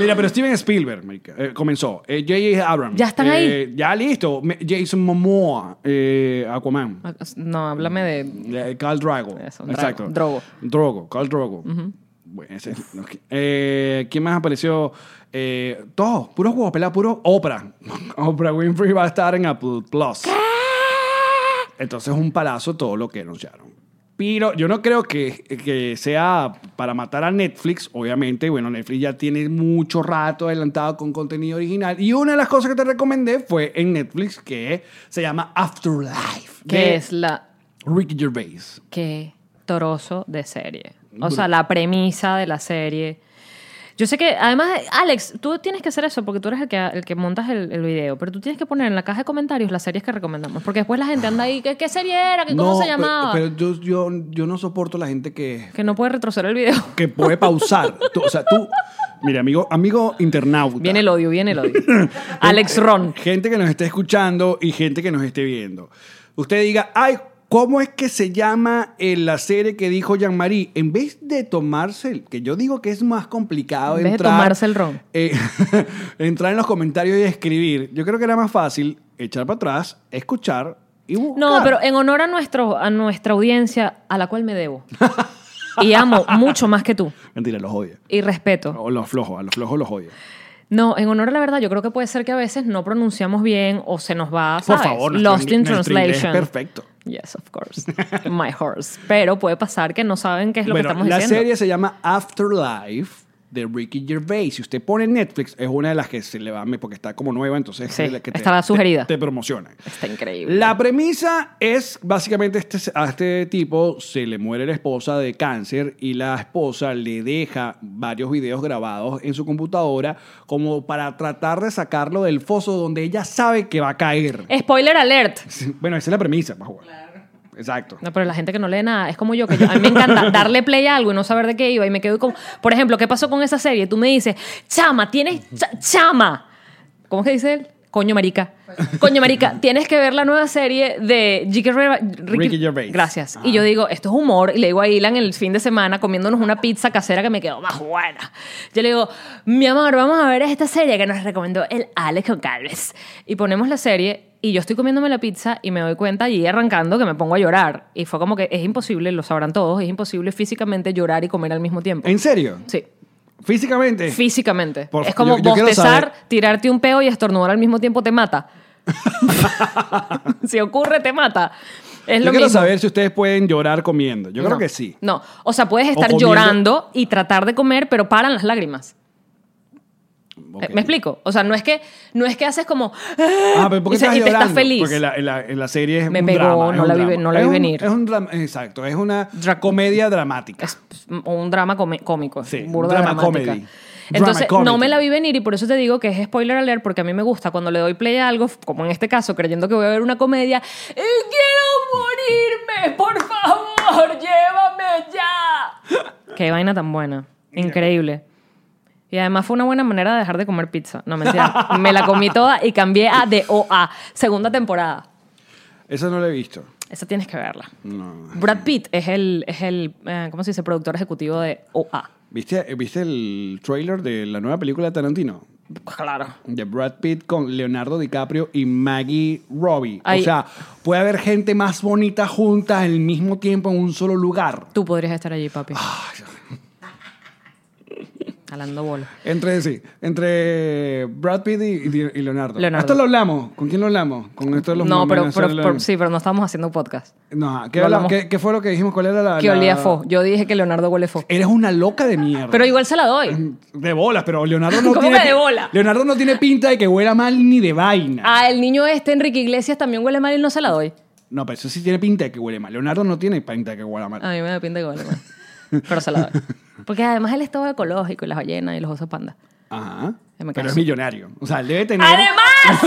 Speaker 3: Mira, pero Steven Spielberg marica, eh, comenzó. Eh, J.J. Abrams.
Speaker 2: ¿Ya están
Speaker 3: Eh,
Speaker 2: ahí?
Speaker 3: Ya listo. Me- Jason Momoa, eh, Aquaman.
Speaker 2: No, háblame de...
Speaker 3: Eh, Khal Drago.
Speaker 2: Eso, Drago.
Speaker 3: Exacto.
Speaker 2: Drogo.
Speaker 3: Drogo, Khal Drogo. Bueno, ese- no, que- eh, ¿Quién más apareció? Eh, todos, puros huevos pelados, puro Oprah. Oprah Winfrey va a estar en Apple Plus. Entonces, un palazo todo lo que anunciaron. Pero yo no creo que, que sea para matar a Netflix, obviamente. Bueno, Netflix ya tiene mucho rato adelantado con contenido original. Y una de las cosas que te recomendé fue en Netflix que se llama Afterlife.
Speaker 2: Que
Speaker 3: de
Speaker 2: es la...
Speaker 3: Ricky Gervais.
Speaker 2: Qué toroso de serie. O sea, la premisa de la serie. Yo sé que, además, Alex, tú tienes que hacer eso porque tú eres el que, el que montas el, el video, pero tú tienes que poner en la caja de comentarios las series que recomendamos, porque después la gente anda ahí, ¿qué, qué serie era? ¿Qué, ¿Cómo
Speaker 3: No,
Speaker 2: se
Speaker 3: pero-
Speaker 2: llamaba?
Speaker 3: Pero, yo, yo, yo no soporto la gente que,
Speaker 2: que no puede retroceder el video.
Speaker 3: que puede pausar. Tú- o sea, tú, mira, amigo, amigo internauta.
Speaker 2: Viene el odio, viene el odio. Alex Ron.
Speaker 3: Gente que nos esté escuchando y gente que nos esté viendo. Usted diga, ay, ¿cómo es que se llama eh, la serie que dijo Jean-Marie? En vez de tomarse, el- que yo digo que es más complicado
Speaker 2: En vez de
Speaker 3: entrar-
Speaker 2: tomarse el ron.
Speaker 3: eh, entrar en los comentarios y escribir. Yo creo que era más fácil echar para atrás, escuchar y buscar.
Speaker 2: No, pero eh, en honor a, nuestro, a nuestra audiencia, a la cual me debo. Y amo mucho más que tú.
Speaker 3: Mentira, los odia.
Speaker 2: Y respeto.
Speaker 3: O los flojos, a los flojos los odia.
Speaker 2: No, en honor a la verdad, yo creo que puede ser que a veces no pronunciamos bien o se nos va, ¿sabes?
Speaker 3: Por favor, nuestro
Speaker 2: Lost
Speaker 3: ingl-
Speaker 2: in
Speaker 3: nuestro inglés
Speaker 2: translation.
Speaker 3: Perfecto.
Speaker 2: Yes, of course. My horse. Pero puede pasar que no saben qué es lo
Speaker 3: bueno,
Speaker 2: que estamos
Speaker 3: la
Speaker 2: diciendo.
Speaker 3: serie se llama Afterlife de Ricky Gervais. Si usted pone Netflix, es una de las que se le va a porque está como nueva, entonces
Speaker 2: Sí,
Speaker 3: es la que te,
Speaker 2: estaba sugerida.
Speaker 3: Te, te promociona.
Speaker 2: Está increíble.
Speaker 3: La premisa es básicamente este, a este tipo se le muere la esposa de cáncer y la esposa le deja varios videos grabados en su computadora como para tratar de sacarlo del foso donde ella sabe que va a caer.
Speaker 2: Spoiler alert.
Speaker 3: Bueno, esa es la premisa. más o menos. Exacto.
Speaker 2: No, pero la gente que no lee nada, es como yo, que yo- a mí me encanta darle play a algo y no saber de qué iba y me quedo como, por ejemplo, ¿qué pasó con esa serie? Tú me dices, chama, tienes, cha- chama. ¿Cómo es que dice él? Coño, marica. Coño, marica, tienes que ver la nueva serie de G.K. Reva-
Speaker 3: Ricky Gervais.
Speaker 2: Gracias.
Speaker 3: Ah.
Speaker 2: Y yo digo, esto es humor. Y le digo a Ilan el fin de semana comiéndonos una pizza casera que me quedó más buena. Yo le digo, mi amor, vamos a ver esta serie que nos recomendó el Alex Goncalves. Y ponemos la serie y yo estoy comiéndome la pizza y me doy cuenta allí arrancando que me pongo a llorar. Y fue como que es imposible, lo sabrán todos, es imposible físicamente llorar y comer al mismo tiempo.
Speaker 3: ¿En serio?
Speaker 2: Sí,
Speaker 3: Físicamente.
Speaker 2: físicamente.
Speaker 3: Por-
Speaker 2: es como
Speaker 3: yo- yo quiero
Speaker 2: bostezar,
Speaker 3: saber-
Speaker 2: tirarte un peo y estornudar al mismo tiempo te mata. si ocurre, te mata. Es
Speaker 3: Yo
Speaker 2: lo
Speaker 3: quiero
Speaker 2: mismo.
Speaker 3: saber si ustedes pueden llorar comiendo. Yo creo
Speaker 2: No,
Speaker 3: que sí.
Speaker 2: No, o sea, puedes estar
Speaker 3: comiendo.
Speaker 2: llorando y tratar de comer, pero paran las lágrimas.
Speaker 3: Ok.
Speaker 2: Eh, ¿Me explico? O sea, no es que no es que haces como
Speaker 3: Ah, pero ¿por qué
Speaker 2: y, se-
Speaker 3: estás
Speaker 2: y te estás
Speaker 3: llorando?
Speaker 2: feliz.
Speaker 3: Porque la, en la, en la serie es
Speaker 2: Me
Speaker 3: un
Speaker 2: pegó,
Speaker 3: drama, es
Speaker 2: no
Speaker 3: un
Speaker 2: la vi-
Speaker 3: drama.
Speaker 2: no la vi
Speaker 3: Es un-
Speaker 2: venir.
Speaker 3: Es un drama, exacto. Es una
Speaker 2: Dra-
Speaker 3: comedia dramática.
Speaker 2: Es o un drama come- cómico, es
Speaker 3: Sí, un
Speaker 2: burda
Speaker 3: drama
Speaker 2: dramática.
Speaker 3: comedy.
Speaker 2: Entonces,
Speaker 3: Drama
Speaker 2: no
Speaker 3: comedy.
Speaker 2: me la vi venir y por eso te digo que es spoiler alert porque a mí me gusta cuando le doy play a algo, como en este caso, creyendo que voy a ver una comedia, ¡y quiero morirme! ¡Por favor, llévame ya! ¡Qué vaina tan buena! Increíble. Y además fue una buena manera de dejar de comer pizza. No, mentira. Me la comí toda y cambié a DOA, segunda temporada.
Speaker 3: Esa no la he visto.
Speaker 2: Esa tienes que verla.
Speaker 3: No.
Speaker 2: Brad Pitt es el, es el eh, ¿cómo se dice? Productor ejecutivo de OA.
Speaker 3: ¿Viste, eh, ¿Viste el trailer de la nueva película de Tarantino?
Speaker 2: Claro.
Speaker 3: De Brad Pitt con Leonardo DiCaprio y Maggie Robbie.
Speaker 2: Ay.
Speaker 3: O sea, puede haber gente más bonita juntas al mismo tiempo en un solo lugar.
Speaker 2: Tú podrías estar allí, papi. Jalando bola.
Speaker 3: Entre sí, entre Brad Pitt y, y- y Leonardo.
Speaker 2: Leonardo.
Speaker 3: Esto lo hablamos. ¿Con quién lo hablamos? Con esto de los
Speaker 2: No, pero,
Speaker 3: nominaciones
Speaker 2: pero- pero-
Speaker 3: de Leonardo.
Speaker 2: sí, pero no estamos haciendo podcast.
Speaker 3: No, ¿qué,
Speaker 2: Lo
Speaker 3: hablamos?
Speaker 2: hablamos.
Speaker 3: ¿Qué, qué fue lo que dijimos? ¿Cuál era la...?
Speaker 2: Que
Speaker 3: la-
Speaker 2: olía a fo. Yo dije que Leonardo huele fo.
Speaker 3: Eres una loca de mierda.
Speaker 2: Pero igual se la doy.
Speaker 3: De bolas, pero Leonardo no
Speaker 2: ¿Cómo
Speaker 3: tiene...
Speaker 2: que de
Speaker 3: pi-
Speaker 2: bola?
Speaker 3: Leonardo no tiene pinta de que huela mal ni de vaina.
Speaker 2: Ah, el niño este, Enrique Iglesias, también huele mal y no se la doy.
Speaker 3: No, pero eso sí tiene pinta de que huele mal. Leonardo no tiene pinta de que huela mal.
Speaker 2: A mí me da pinta que huele mal. Pero se la doy. Porque además él es todo ecológico y las ballenas y los osos pandas.
Speaker 3: Ajá.
Speaker 2: Ya me
Speaker 3: Pero
Speaker 2: canso.
Speaker 3: es millonario. O sea, él debe tener...
Speaker 2: ¡Además!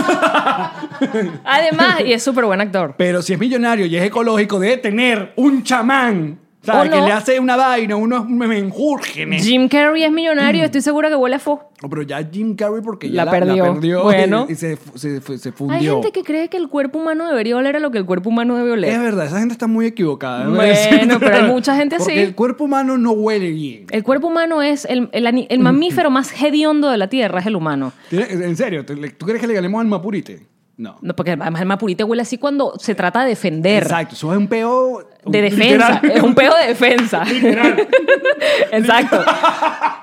Speaker 2: Además, y es súper buen actor.
Speaker 3: Pero si es millonario y es ecológico, debe tener un chamán sea,
Speaker 2: O
Speaker 3: que
Speaker 2: no.
Speaker 3: le hace una vaina, unos menjúrgenes.
Speaker 2: Jim Carrey es millonario, estoy segura que huele a fo.
Speaker 3: No, Oh, pero ya Jim Carrey porque ya
Speaker 2: La
Speaker 3: la,
Speaker 2: perdió.
Speaker 3: la perdió y-
Speaker 2: Bueno.
Speaker 3: y, se, fu- se, fu- se fundió.
Speaker 2: Hay gente que cree que el cuerpo humano debería oler a lo que el cuerpo humano debe
Speaker 3: Es
Speaker 2: oler.
Speaker 3: verdad, esa gente está muy equivocada. déjame
Speaker 2: Bueno,
Speaker 3: decirte.
Speaker 2: pero hay mucha gente
Speaker 3: Porque
Speaker 2: así.
Speaker 3: el cuerpo humano no huele bien.
Speaker 2: El cuerpo humano es el, el ani- el mamífero más hediondo de la Tierra, es el humano.
Speaker 3: Tiene- En serio, ¿tú tú crees que le ganemos al Mapurite? No.
Speaker 2: No, porque además el mapurite huele así cuando se trata de defender.
Speaker 3: Exacto, eso es un peo.
Speaker 2: De defensa. Es un peo de defensa. Exacto.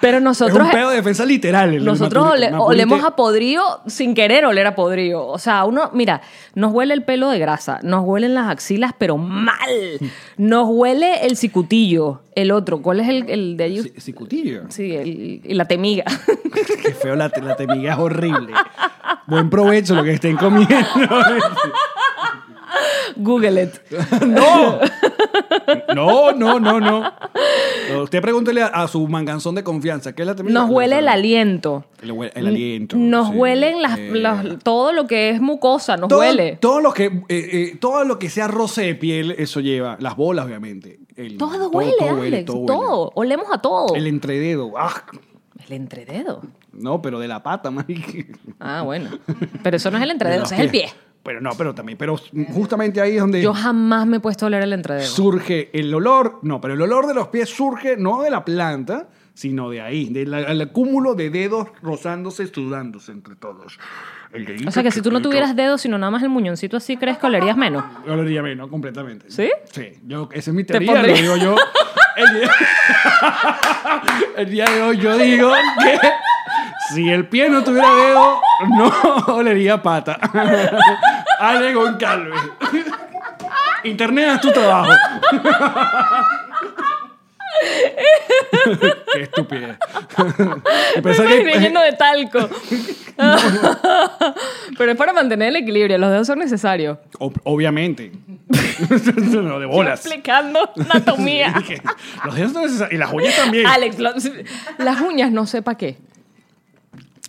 Speaker 2: Pero
Speaker 3: Es un
Speaker 2: nosotros, e-,
Speaker 3: peo de defensa literal. el
Speaker 2: nosotros
Speaker 3: Mapurite.
Speaker 2: ole-
Speaker 3: Mapurite-
Speaker 2: olemos a podrido sin querer oler a podrido. O sea, uno, mira, nos huele el pelo de grasa, nos huelen las axilas, pero mal. Nos huele el cicutillo, el otro. ¿Cuál es el, el de ellos?
Speaker 3: Sí, Cicutillo.
Speaker 2: Sí, el, y la temiga.
Speaker 3: Qué feo, la, te- la temiga es horrible. Buen provecho lo que estén comiendo.
Speaker 2: Google it.
Speaker 3: ¡No! No, no, no, no. No, Usted pregúntele a, a su manganzón de confianza. ¿Qué es la temiga?
Speaker 2: Nos huele el aliento.
Speaker 3: El, hue- el aliento.
Speaker 2: Nos
Speaker 3: sí.
Speaker 2: huelen las,
Speaker 3: Eh,
Speaker 2: las- todo lo que es mucosa, nos
Speaker 3: todo,
Speaker 2: huele.
Speaker 3: Todo lo, que, eh, eh, todo lo que sea roce de piel, eso lleva. Las bolas, obviamente. El-
Speaker 2: Todo, huele, Alex. Todo,
Speaker 3: huele.
Speaker 2: Olemos a todo.
Speaker 3: El
Speaker 2: El,
Speaker 3: entrededo. ¡Ah!
Speaker 2: entrededo.
Speaker 3: No, pero de la pata, marica.
Speaker 2: Ah, bueno. Pero eso no es el
Speaker 3: De
Speaker 2: entrededo,
Speaker 3: los
Speaker 2: ese es el pie.
Speaker 3: pies. Pero no, pero también. Pero justamente ahí es donde.
Speaker 2: Yo jamás me he puesto a oler el entrededo.
Speaker 3: surge el olor, no, pero el olor de los pies surge no de la planta, sino de ahí, del del acúmulo de dedos rozándose, sudándose entre todos. El dedito
Speaker 2: o sea que si tú no
Speaker 3: chiquito-
Speaker 2: tuvieras dedos, sino nada más el muñoncito así, ¿crees que olerías menos?
Speaker 3: Olería menos, completamente.
Speaker 2: ¿Sí?
Speaker 3: Sí, yo, esa es mi
Speaker 2: Te
Speaker 3: teoría,
Speaker 2: pondría-
Speaker 3: lo digo yo. El día, el día de hoy yo digo que si el pie no tuviera dedo, no olería pata. Ale Goncalves. Internet es tu trabajo. Qué estupidez. Y
Speaker 2: Me
Speaker 3: pensar que-
Speaker 2: imaginé lleno de talco. Pero es para mantener el equilibrio, los dedos son necesarios.
Speaker 3: eh, Ob- obviamente. no, de bolas.
Speaker 2: Explicando anatomía.
Speaker 3: Los dedos no necesarios- Y las joyas también.
Speaker 2: Alex, lo- las uñas no sé para qué.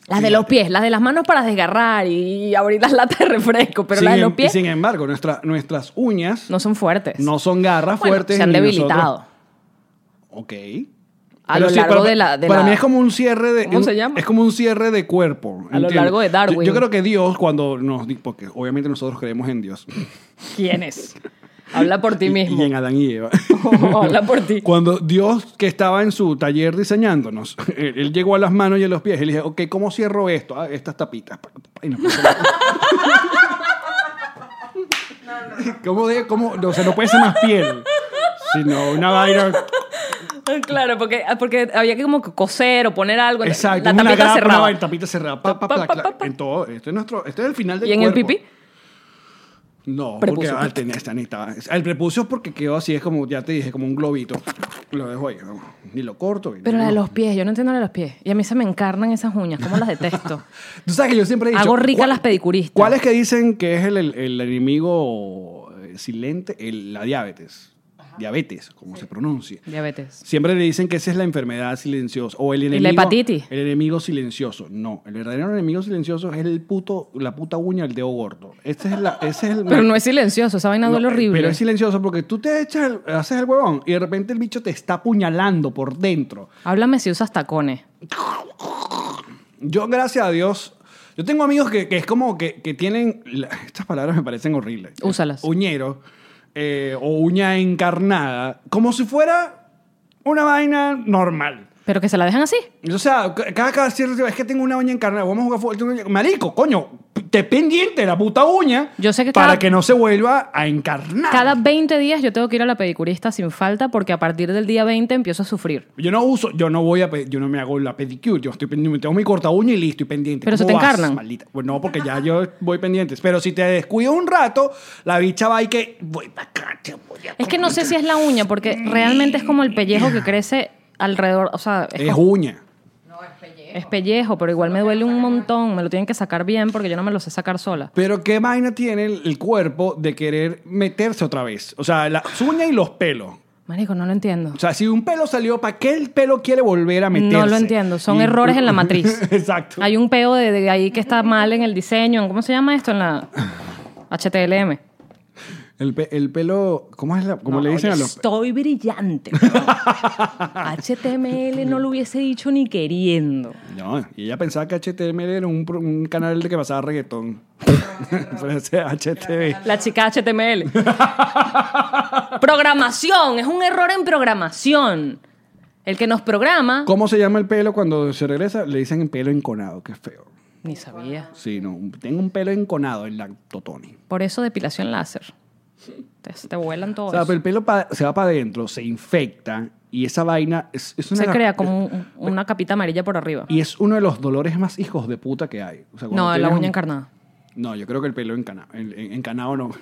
Speaker 2: Las de los pies, las de las manos para desgarrar y abrir las latas de refresco, pero
Speaker 3: sin,
Speaker 2: las de los
Speaker 3: em-
Speaker 2: pies
Speaker 3: Sin embargo, nuestra- nuestras uñas no,
Speaker 2: no son fuertes.
Speaker 3: son garras
Speaker 2: Bueno,
Speaker 3: fuertes.
Speaker 2: Se han
Speaker 3: ni
Speaker 2: debilitado.
Speaker 3: nosotros- Ok.
Speaker 2: A
Speaker 3: Pero
Speaker 2: lo
Speaker 3: sí,
Speaker 2: largo
Speaker 3: para-
Speaker 2: de la. de
Speaker 3: para
Speaker 2: la-
Speaker 3: mí es como un cierre de.
Speaker 2: ¿Cómo
Speaker 3: un-
Speaker 2: se llama?
Speaker 3: Es como un cierre de cuerpo. ¿entiendes?
Speaker 2: largo de
Speaker 3: Yo-
Speaker 2: Darwin.
Speaker 3: Yo, creo que Dios, cuando nos. di- Porque obviamente nosotros creemos en Dios.
Speaker 2: ¿Quién es? Habla por ti
Speaker 3: Y-
Speaker 2: mismo. Oh,
Speaker 3: Y en Adán y Eva.
Speaker 2: Habla por ti.
Speaker 3: Cuando Dios, que estaba en su taller diseñándonos, él, él llegó a las manos y a los pies. Él dijo, ok, ¿cómo cierro esto? Ah, estas tapitas. pues, Pa, pa, pa, y nos puso la- ¿Cómo de, cómo, no, o sea, no puede ser más piel, sino una vaina.
Speaker 2: Claro, porque, ah, porque había que como que coser o poner algo. en
Speaker 3: Exacto,
Speaker 2: la
Speaker 3: una
Speaker 2: tapita
Speaker 3: grapa, una
Speaker 2: cerrada.
Speaker 3: vaina, tapita cerrada. Pa,
Speaker 2: Pa,
Speaker 3: pa, pa,
Speaker 2: pa,
Speaker 3: claro,
Speaker 2: pa.
Speaker 3: En todo, este es, nuestro, este es el final del
Speaker 2: ¿Y en el
Speaker 3: cuerpo.
Speaker 2: pipí?
Speaker 3: No,
Speaker 2: Prepucio.
Speaker 3: porque ah, tenía esta necesitaba- El prepucio es porque quedó así, es como, ya te dije, como un globito. Lo dejo ahí, ¿no? ni lo corto. ni
Speaker 2: Pero la de
Speaker 3: no.
Speaker 2: los pies, yo no entiendo la de los pies. Y a mí se me encarnan esas uñas, ¿cómo las detesto?
Speaker 3: Tú sabes que yo siempre he dicho...
Speaker 2: Hago rica
Speaker 3: ¿cuál-
Speaker 2: las pedicuristas.
Speaker 3: ¿Cuáles que dicen que es el, el- el enemigo eh, silente? El- la diabetes. Diabetes, como se pronuncia.
Speaker 2: Diabetes.
Speaker 3: Siempre le dicen que esa es la enfermedad silenciosa o el enemigo.
Speaker 2: hepatitis?
Speaker 3: El enemigo silencioso. No, el verdadero enemigo silencioso es el puto, la puta uña, el dedo gordo. Ese es, la, ese es el.
Speaker 2: Pero no es silencioso, esa vaina
Speaker 3: No,
Speaker 2: duele horrible.
Speaker 3: Pero es silencioso porque tú te echas, el- haces el huevón y de repente el bicho te está apuñalando por dentro.
Speaker 2: Háblame si usas tacones.
Speaker 3: Yo, gracias a Dios, yo tengo amigos que, que es como que, que tienen. la- Estas palabras me parecen horribles.
Speaker 2: Úsalas.
Speaker 3: Uñero eh, o uña encarnada, como si fuera una vaina normal.
Speaker 2: Pero que se la dejan así.
Speaker 3: O sea, ca- cada, cada cierto es que tengo una uña encarnada, vamos a jugar fútbol. tengo una uña- Marico, coño, te pendiente de la puta uña
Speaker 2: Yo sé que
Speaker 3: para
Speaker 2: cada-
Speaker 3: que no se vuelva a encarnar.
Speaker 2: Cada 20 días yo tengo que ir a la pedicurista sin falta porque a partir del día 20 empiezo a sufrir.
Speaker 3: Yo no uso, yo no voy a, pe- yo no me hago la pedicure, yo estoy pendiente, tengo mi corta uña y listo, y pendiente.
Speaker 2: Pero se
Speaker 3: ¿Cómo
Speaker 2: te
Speaker 3: vas,
Speaker 2: encarnan?
Speaker 3: maldita? Pues no, porque ya yo voy pendiente. Pero si te descuido un rato, la bicha va y que voy para acá, te voy a
Speaker 2: Es que no sé si es la uña porque realmente es como el pellejo que crece alrededor, o sea, es,
Speaker 3: Es
Speaker 2: como-
Speaker 3: uña.
Speaker 2: es pellejo, pero igual me duele un montón, me lo tienen que sacar bien porque yo no me lo sé sacar sola.
Speaker 3: Pero qué vaina tiene el el cuerpo de querer meterse otra vez. O sea, la uña y los pelos.
Speaker 2: Marico, no lo entiendo.
Speaker 3: O sea, si un pelo salió, ¿para qué el pelo quiere volver a meterse?
Speaker 2: No lo entiendo, son
Speaker 3: Y-
Speaker 2: errores en la matriz.
Speaker 3: Exacto.
Speaker 2: Hay un peo de, de ahí que está mal en el diseño, en- ¿cómo se llama esto? En la HTLM.
Speaker 3: El, pe- el pelo, ¿cómo es la, como
Speaker 2: No,
Speaker 3: le dicen
Speaker 2: oye,
Speaker 3: a los...
Speaker 2: Estoy brillante. cabrón. HTML no lo hubiese dicho ni queriendo.
Speaker 3: No, y ella pensaba que HTML era un, pro- un canal de que pasaba reggaetón. Pero ese HTV.
Speaker 2: La chica HTML. programación. Es un error en programación. El que nos programa.
Speaker 3: ¿Cómo se llama el pelo cuando se regresa? Le dicen pelo enconado, que es feo.
Speaker 2: Ni sabía.
Speaker 3: Sí, no, tengo un pelo enconado en la totoni.
Speaker 2: Por eso depilación láser. Te, te vuelan
Speaker 3: O
Speaker 2: todos.
Speaker 3: sea, pero el pelo pa- se va para adentro, se infecta y esa vaina es, es una...
Speaker 2: Se crea como un- una capita amarilla por arriba.
Speaker 3: Y es uno de los dolores más hijos de puta que hay. O sea, cuando
Speaker 2: No, la
Speaker 3: tienes
Speaker 2: uña
Speaker 3: un-
Speaker 2: encarnada.
Speaker 3: No, yo creo que el pelo encanado. el- en- Encanado no.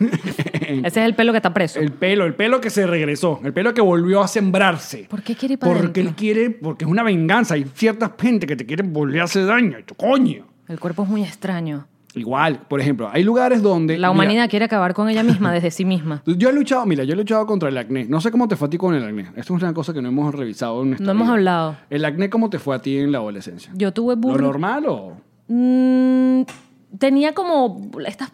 Speaker 3: En-
Speaker 2: Ese es el pelo que está preso.
Speaker 3: el pelo, el pelo que se regresó, el pelo que volvió a sembrarse.
Speaker 2: ¿Por qué quiere ir para
Speaker 3: Porque
Speaker 2: adentro?
Speaker 3: él quiere, porque es una venganza. Hay cierta gente que te quieren volver a hacer daño. y tú, coño.
Speaker 2: El cuerpo es muy extraño.
Speaker 3: Igual, por ejemplo, hay lugares donde.
Speaker 2: La
Speaker 3: mira,
Speaker 2: humanidad quiere acabar con ella misma desde sí misma.
Speaker 3: yo he luchado, mira, yo he luchado contra el acné. No sé cómo te fue a ti con el acné. Esto es una cosa que no hemos revisado en nuestra
Speaker 2: No hemos
Speaker 3: vida.
Speaker 2: hablado.
Speaker 3: ¿El acné cómo te fue a ti en la adolescencia?
Speaker 2: Yo tuve
Speaker 3: ¿Lo
Speaker 2: burro.
Speaker 3: normal o.?
Speaker 2: Mm, tenía como estas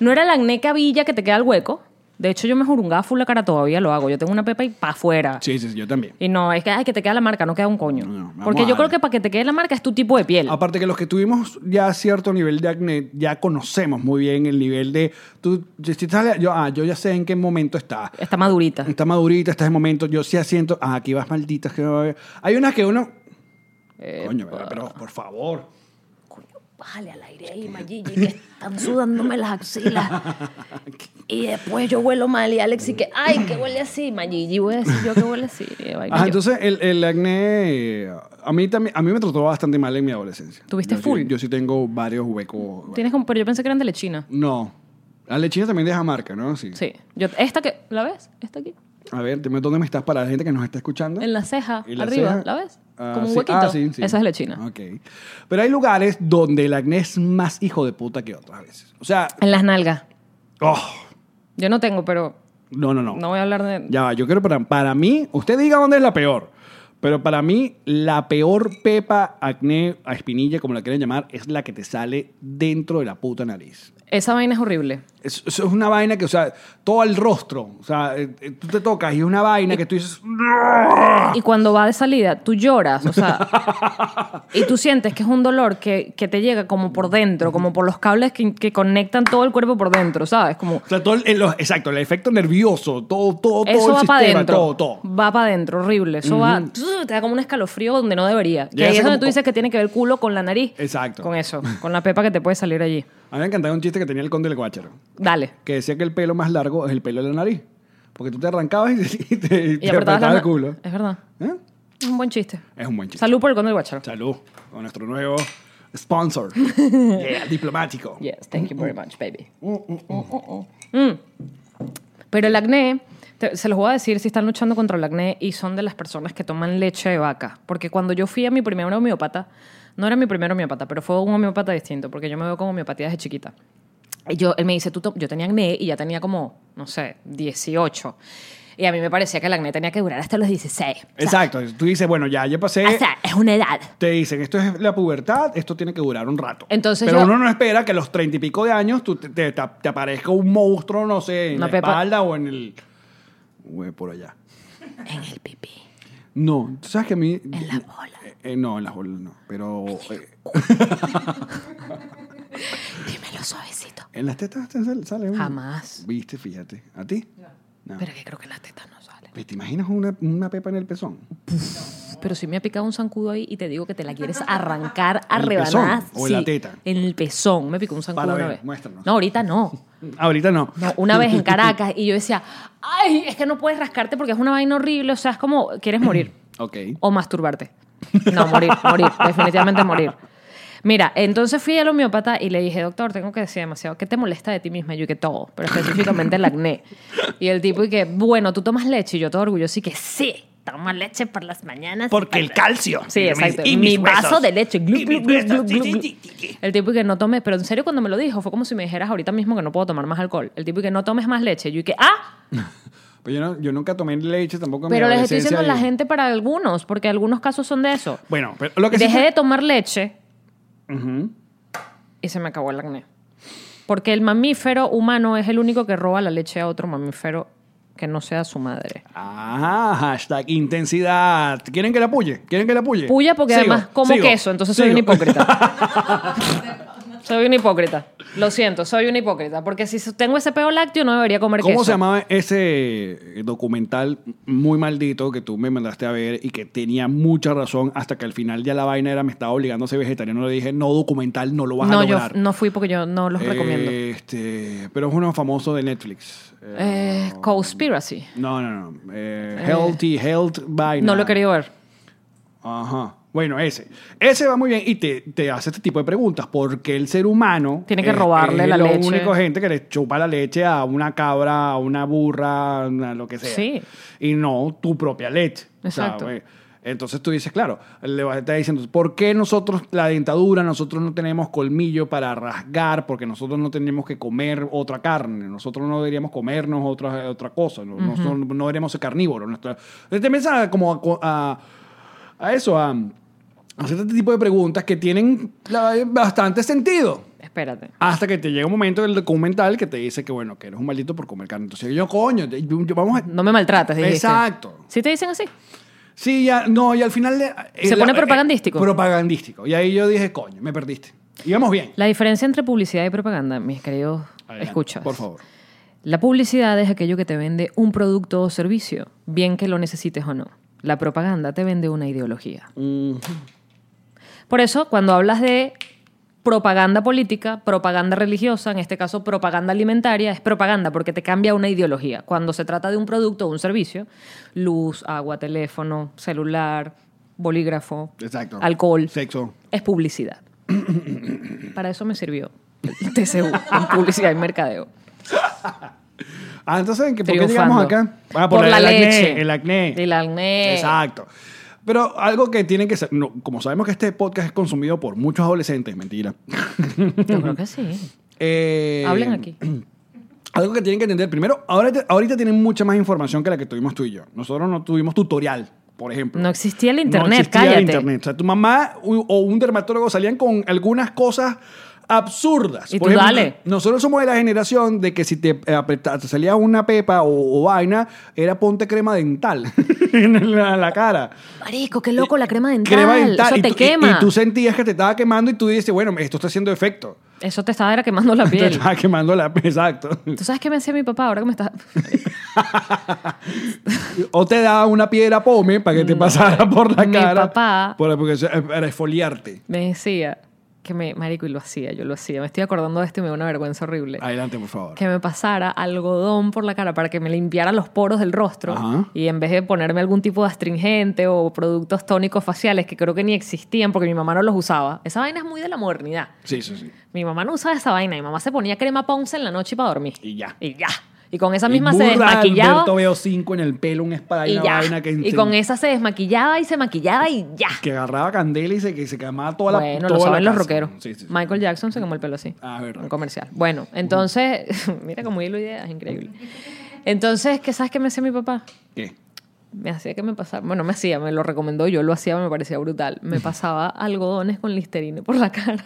Speaker 2: no era la acné cabilla que te queda el hueco de hecho yo me jurungaba full la cara todavía lo hago yo tengo una pepa y pa afuera
Speaker 3: Sí, sí, sí, yo también.
Speaker 2: y no es que ay, que te queda la marca no queda un coño
Speaker 3: No, vamos
Speaker 2: porque
Speaker 3: a
Speaker 2: yo creo
Speaker 3: darle.
Speaker 2: que para que te quede la marca es tu tipo de piel
Speaker 3: Aparte que los que tuvimos ya cierto nivel de acné, ya conocemos muy bien el nivel de... Tú, si te sale- yo, ah, yo ya sé en qué momento está.
Speaker 2: está madurita
Speaker 3: Está madurita, está en momento. Yo sí siento... Ah, aquí vas malditas. Que... no- Hay unas que uno...
Speaker 2: Eh,
Speaker 3: Coño, pero, pero, por favor.
Speaker 6: Bájale al aire ahí, Mayigi, que están sudándome las axilas. Y después yo huelo mal y Alex y que, ay, que huele así, Mayigi, voy a decir yo que huele así. y vaina
Speaker 3: Ah,
Speaker 6: yo.
Speaker 3: entonces el, el acné... eh, A mí, también, a mí me trató bastante mal en mi adolescencia.
Speaker 2: ¿Tuviste
Speaker 3: Yo sí-
Speaker 2: full?
Speaker 3: yo sí tengo varios huecos.
Speaker 2: tienes como pero yo pensé que eran de lechina
Speaker 3: No. La lechina también deja marca, ¿no? Sí.
Speaker 2: sí yo esta que la ves esta aquí
Speaker 3: A ver, dime dónde me estás para la gente que nos está escuchando.
Speaker 2: en la ceja
Speaker 3: ¿Eh? ¿Y la
Speaker 2: arriba
Speaker 3: ceja?
Speaker 2: la ves
Speaker 3: Ah,
Speaker 2: como un
Speaker 3: sí.
Speaker 2: huequito
Speaker 3: Ah, sí, sí.
Speaker 2: esa es lechina
Speaker 3: Ok. Pero hay lugares donde el acné es más hijo de puta que otras veces. O sea,
Speaker 2: en las nalgas
Speaker 3: oh,
Speaker 2: yo no tengo pero
Speaker 3: no, no, no.
Speaker 2: no voy a hablar de
Speaker 3: Ya va, yo quiero para, para mí, usted diga dónde es la peor. Pero para mí, la peor pepa, acné, a espinilla, como la quieran llamar, es la que te sale dentro de la puta nariz.
Speaker 2: esa vaina es horrible
Speaker 3: Es, es una vaina que, o sea, todo el rostro, o sea, eh, eh, tú te tocas y es una vaina que tú dices, Ah.
Speaker 2: Y cuando va de salida, tú lloras, o sea, y tú sientes que es un dolor que, que te llega como por dentro, como por los cables que, que conectan todo el cuerpo por dentro, ¿sabes? Como
Speaker 3: O sea, todo el, el- los- exacto, el efecto nervioso, todo, todo, todo
Speaker 2: eso
Speaker 3: el
Speaker 2: va para
Speaker 3: sistema,
Speaker 2: adentro.
Speaker 3: todo, todo.
Speaker 2: Va para adentro, horrible. Eso va, te da como un escalofrío donde no debería. Que
Speaker 3: Llega a
Speaker 2: ahí
Speaker 3: ser
Speaker 2: es donde tú
Speaker 3: como-
Speaker 2: dices que tiene que ver el culo con la nariz.
Speaker 3: Exacto.
Speaker 2: Con eso, con la pepa que te puede salir allí.
Speaker 3: A mí me encantaba un chiste que tenía el conde del Guácharo,
Speaker 2: Dale.
Speaker 3: que decía que el pelo más largo es el pelo de la nariz. Porque tú te arrancabas y, y te, y te
Speaker 2: Y apretabas la
Speaker 3: apretabas el
Speaker 2: na-
Speaker 3: culo.
Speaker 2: Es verdad.
Speaker 3: ¿Eh?
Speaker 2: Es un buen chiste.
Speaker 3: Es un buen chiste.
Speaker 2: Salud por el conde del guacharo.
Speaker 3: Salud. Con nuestro nuevo sponsor. Yeah, diplomático.
Speaker 2: Yes, thank you very much, baby. Mm. Pero el acné, te- se los voy a decir si están luchando contra el acné y son de las personas que toman leche de vaca. Porque cuando yo fui a mi primer homeopata, no era mi primer homeopata, pero fue un homeopata distinto, porque yo me veo con homeopatía desde chiquita. Y yo, él me dice, tú to- yo tenía acné y ya tenía como, no sé, 18. Y a mí me parecía que el acné tenía que durar hasta los 16.
Speaker 3: Exacto. Tú dices, bueno, ya, yo pasé.
Speaker 6: O sea, es una edad.
Speaker 3: Te dicen, esto es la pubertad, esto tiene que durar un rato.
Speaker 2: Entonces
Speaker 3: Pero
Speaker 2: yo-
Speaker 3: uno no espera que a los treinta y pico de años tú te, te- te- te aparezca un monstruo, no sé, en
Speaker 2: Una
Speaker 3: la
Speaker 2: pepa.
Speaker 3: espalda o en el... Güey, por allá.
Speaker 6: En el pipí,
Speaker 3: No, tú sabes que a mí...
Speaker 6: en la bola.
Speaker 3: Eh, eh, no, en las bolas no, pero... eh,
Speaker 6: Dímelo suavecito.
Speaker 3: en las tetas te sale, sale uno.
Speaker 2: Jamás.
Speaker 3: Viste, fíjate. ¿A ti? No. Pues,
Speaker 6: Pero que creo que las tetas no salen.
Speaker 3: ¿Te imaginas una, una pepa en el pezón?
Speaker 2: Pero si me ha picado un zancudo ahí y te digo que te la quieres arrancar a
Speaker 3: ¿En el
Speaker 2: rebanadas.
Speaker 3: pezón o en la
Speaker 2: sí,
Speaker 3: teta?
Speaker 2: En el pezón. Me picó un zancudo
Speaker 3: Para
Speaker 2: una
Speaker 3: ver,
Speaker 2: vez.
Speaker 3: muéstranos.
Speaker 2: No, ahorita no.
Speaker 3: Ahorita no.
Speaker 2: No, una vez en Caracas y yo decía, ay, es que no puedes rascarte porque es una vaina horrible. O sea, es como, quieres morir
Speaker 3: Ok.
Speaker 2: o masturbarte. No, morir, morir, definitivamente morir. Mira, entonces fui al homeópata y le dije, doctor, tengo que decir demasiado, ¿qué te molesta de ti misma? Y Yo que todo, pero específicamente el acné. Y el tipo y que, bueno, tú tomas leche y yo todo orgulloso y que sí.
Speaker 6: Toma leche por las mañanas.
Speaker 7: Porque el calcio.
Speaker 2: Sí, exacto.
Speaker 7: Y
Speaker 2: Mi
Speaker 7: mis
Speaker 2: vaso
Speaker 7: huesos.
Speaker 2: de leche. Glu,
Speaker 7: Y
Speaker 2: glu,
Speaker 7: mis
Speaker 2: glu, glu,
Speaker 7: huesos. Sí,
Speaker 2: glu,
Speaker 7: sí,
Speaker 2: glu.
Speaker 7: sí, sí.
Speaker 2: El tipo y que no tomes, pero en serio cuando me lo dijo fue como si me dijeras ahorita mismo que no puedo tomar más alcohol. El tipo y que no tomes más leche. Yo y que, ah,
Speaker 3: Pero Pues yo, no- yo nunca tomé leche tampoco. en mi
Speaker 2: pero les estoy
Speaker 3: adolescencia
Speaker 2: diciendo a la
Speaker 3: y-
Speaker 2: gente para algunos, porque algunos casos son de eso.
Speaker 3: Bueno, pero lo que sí
Speaker 2: Dejé
Speaker 3: fue-
Speaker 2: de tomar leche y se me acabó el acné. Porque el mamífero humano es el único que roba la leche a otro mamífero que no sea su madre.
Speaker 3: Ah, hashtag intensidad. ¿Quieren que la puye? ¿Quieren que la puye?
Speaker 2: Puya porque
Speaker 3: Sigo,
Speaker 2: además como
Speaker 3: sigo,
Speaker 2: queso, entonces soy
Speaker 3: sigo.
Speaker 2: un hipócrita. soy un hipócrita. Lo siento, soy un hipócrita. Porque si tengo ese peo lácteo no debería comer queso.
Speaker 3: ¿Cómo se llamaba ese eh, documental muy maldito que tú me mandaste a ver y que tenía mucha razón hasta que al final ya la vaina era me estaba obligando a ser vegetariano? Le dije, no, documental no lo vas
Speaker 2: No,
Speaker 3: a
Speaker 2: yo
Speaker 3: lograr.
Speaker 2: no fui porque yo no los recomiendo.
Speaker 3: Este, pero es uno famoso de Netflix. Eh,
Speaker 2: Eh, conspiracy.
Speaker 3: no, no, no. Eh, healthy, health vaina.
Speaker 2: No lo he querido ver.
Speaker 3: Ajá. Bueno, ese. Ese va muy bien y te, te hace este tipo de preguntas. ¿Por qué el ser humano.
Speaker 2: Tiene que robarle la leche?
Speaker 3: La única gente que le chupa la leche a una cabra, a una burra, a una- lo que sea.
Speaker 2: Sí.
Speaker 3: Y no tu propia leche. O sea,
Speaker 2: Exacto.
Speaker 3: güey, Ah, entonces tú dices, claro, le vas a estar diciendo, ¿por qué nosotros, la dentadura, nosotros no tenemos colmillo para rasgar? Porque nosotros no tenemos que comer otra carne, nosotros no deberíamos comernos otra, otra cosa, no, nosotros no deberíamos ser carnívoros. Nuestra, te piensa como a- a a eso, a hacer este tipo de preguntas que tienen la- bastante sentido.
Speaker 2: Espérate.
Speaker 3: Hasta que te llega un momento del documental que te dice que, bueno, que eres un maldito por comer carne. Entonces yo, coño, te- yo- yo- vamos a...
Speaker 2: No me maltrates, dijiste.
Speaker 3: Exacto.
Speaker 2: ¿Sí te dicen así?
Speaker 3: Sí, ya, no, y al final... eh,
Speaker 2: Se
Speaker 3: eh,
Speaker 2: pone
Speaker 3: eh,
Speaker 2: propagandístico.
Speaker 3: propagandístico. Y ahí yo dije, coño, me perdiste. Íbamos bien.
Speaker 2: La diferencia entre publicidad y propaganda, mis queridos
Speaker 3: Adelante,
Speaker 2: escuchas.
Speaker 3: Por favor.
Speaker 2: La publicidad es aquello que te vende un producto o servicio, bien que lo necesites o no. La propaganda te vende una ideología. Por eso, cuando hablas de propaganda política, propaganda religiosa, en este caso propaganda alimentaria, es propaganda porque te cambia una ideología. Cuando se trata de un producto o un servicio, luz, agua, teléfono, celular, bolígrafo,
Speaker 3: Exacto.
Speaker 2: alcohol,
Speaker 3: Sexo.
Speaker 2: es publicidad. Para eso me sirvió el TCU, en publicidad y mercadeo.
Speaker 3: Ah, entonces, ¿en qué- ¿por qué
Speaker 2: Triunfando.
Speaker 3: llegamos acá? Ah,
Speaker 2: Por
Speaker 3: el-
Speaker 2: la
Speaker 3: el acné,
Speaker 2: leche.
Speaker 3: el acné.
Speaker 2: Del acné.
Speaker 3: Exacto. Pero algo que tiene que ser... no, como sabemos que este podcast es consumido por muchos adolescentes, mentira.
Speaker 2: Yo creo que sí.
Speaker 3: Eh,
Speaker 2: Hablen aquí.
Speaker 3: Algo que tienen que entender primero, ahora, te- ahorita tienen mucha más información que la que tuvimos tú y yo. Nosotros no tuvimos tutorial, por ejemplo.
Speaker 2: No existía el
Speaker 3: No
Speaker 2: internet,
Speaker 3: existía el
Speaker 2: cállate.
Speaker 3: internet. O sea, tu mamá u- o un dermatólogo salían con algunas cosas absurdas.
Speaker 2: Y tú dale.
Speaker 3: Nosotros somos de la generación de que si te, eh, apreta- te salía una pepa o, o vaina, era ponte crema dental en la, la cara.
Speaker 2: Marico, qué loco la crema dental.
Speaker 3: Eh, Crema dental.
Speaker 2: Eso
Speaker 3: y
Speaker 2: te
Speaker 3: tú- y-
Speaker 2: quema.
Speaker 3: y tú sentías que te estaba quemando y tú dices, bueno, esto está haciendo efecto.
Speaker 2: Eso te estaba era quemando la
Speaker 3: Te
Speaker 2: piel.
Speaker 3: estaba quemando la... Exacto.
Speaker 2: ¿Tú sabes qué me decía mi papá ahora que me está...?
Speaker 3: O te daba una piedra pome para que te pasara por la
Speaker 2: Mi
Speaker 3: cara.
Speaker 2: papá-
Speaker 3: Por- porque se- para esfoliarte.
Speaker 2: Me decía que me... Marico, y lo hacía, yo lo hacía. Me estoy acordando de esto y me da una vergüenza horrible.
Speaker 3: Adelante, por favor.
Speaker 2: Que me pasara algodón por la cara para que me limpiara los poros del rostro.
Speaker 3: Ajá.
Speaker 2: Y en vez de ponerme algún tipo de astringente o productos tónicos faciales que creo que ni existían porque mi mamá no los usaba. Esa vaina es muy de la modernidad.
Speaker 3: Sí, sí, sí.
Speaker 2: Mi mamá no usaba esa vaina. Mi mamá se ponía crema ponce en la noche para dormir.
Speaker 3: Y ya.
Speaker 2: Y ya. Y con esa misma
Speaker 3: Y
Speaker 2: se
Speaker 3: burda,
Speaker 2: desmaquillaba.
Speaker 3: Alberto veo 5 en el pelo, un spray,
Speaker 2: Y
Speaker 3: una
Speaker 2: ya.
Speaker 3: vaina que,
Speaker 2: Y con esa se desmaquillaba y se maquillaba y ya.
Speaker 3: que agarraba candela y se, que se quemaba toda la
Speaker 2: bueno,
Speaker 3: toda
Speaker 2: lo
Speaker 3: la
Speaker 2: saben los
Speaker 3: casa.
Speaker 2: rockeros.
Speaker 3: Sí, sí, sí.
Speaker 2: Michael Jackson se quemó el pelo así.
Speaker 3: Ah, verdad.
Speaker 2: Un comercial. Bueno, entonces, mira cómo hilo ideas, increíble. Entonces, ¿qué sabes qué me hacía mi papá?
Speaker 3: ¿Qué?
Speaker 2: Me hacía que me pasara, bueno, me hacía, me lo recomendó, yo lo hacía, me parecía brutal. Me pasaba algodones con listerine por la cara.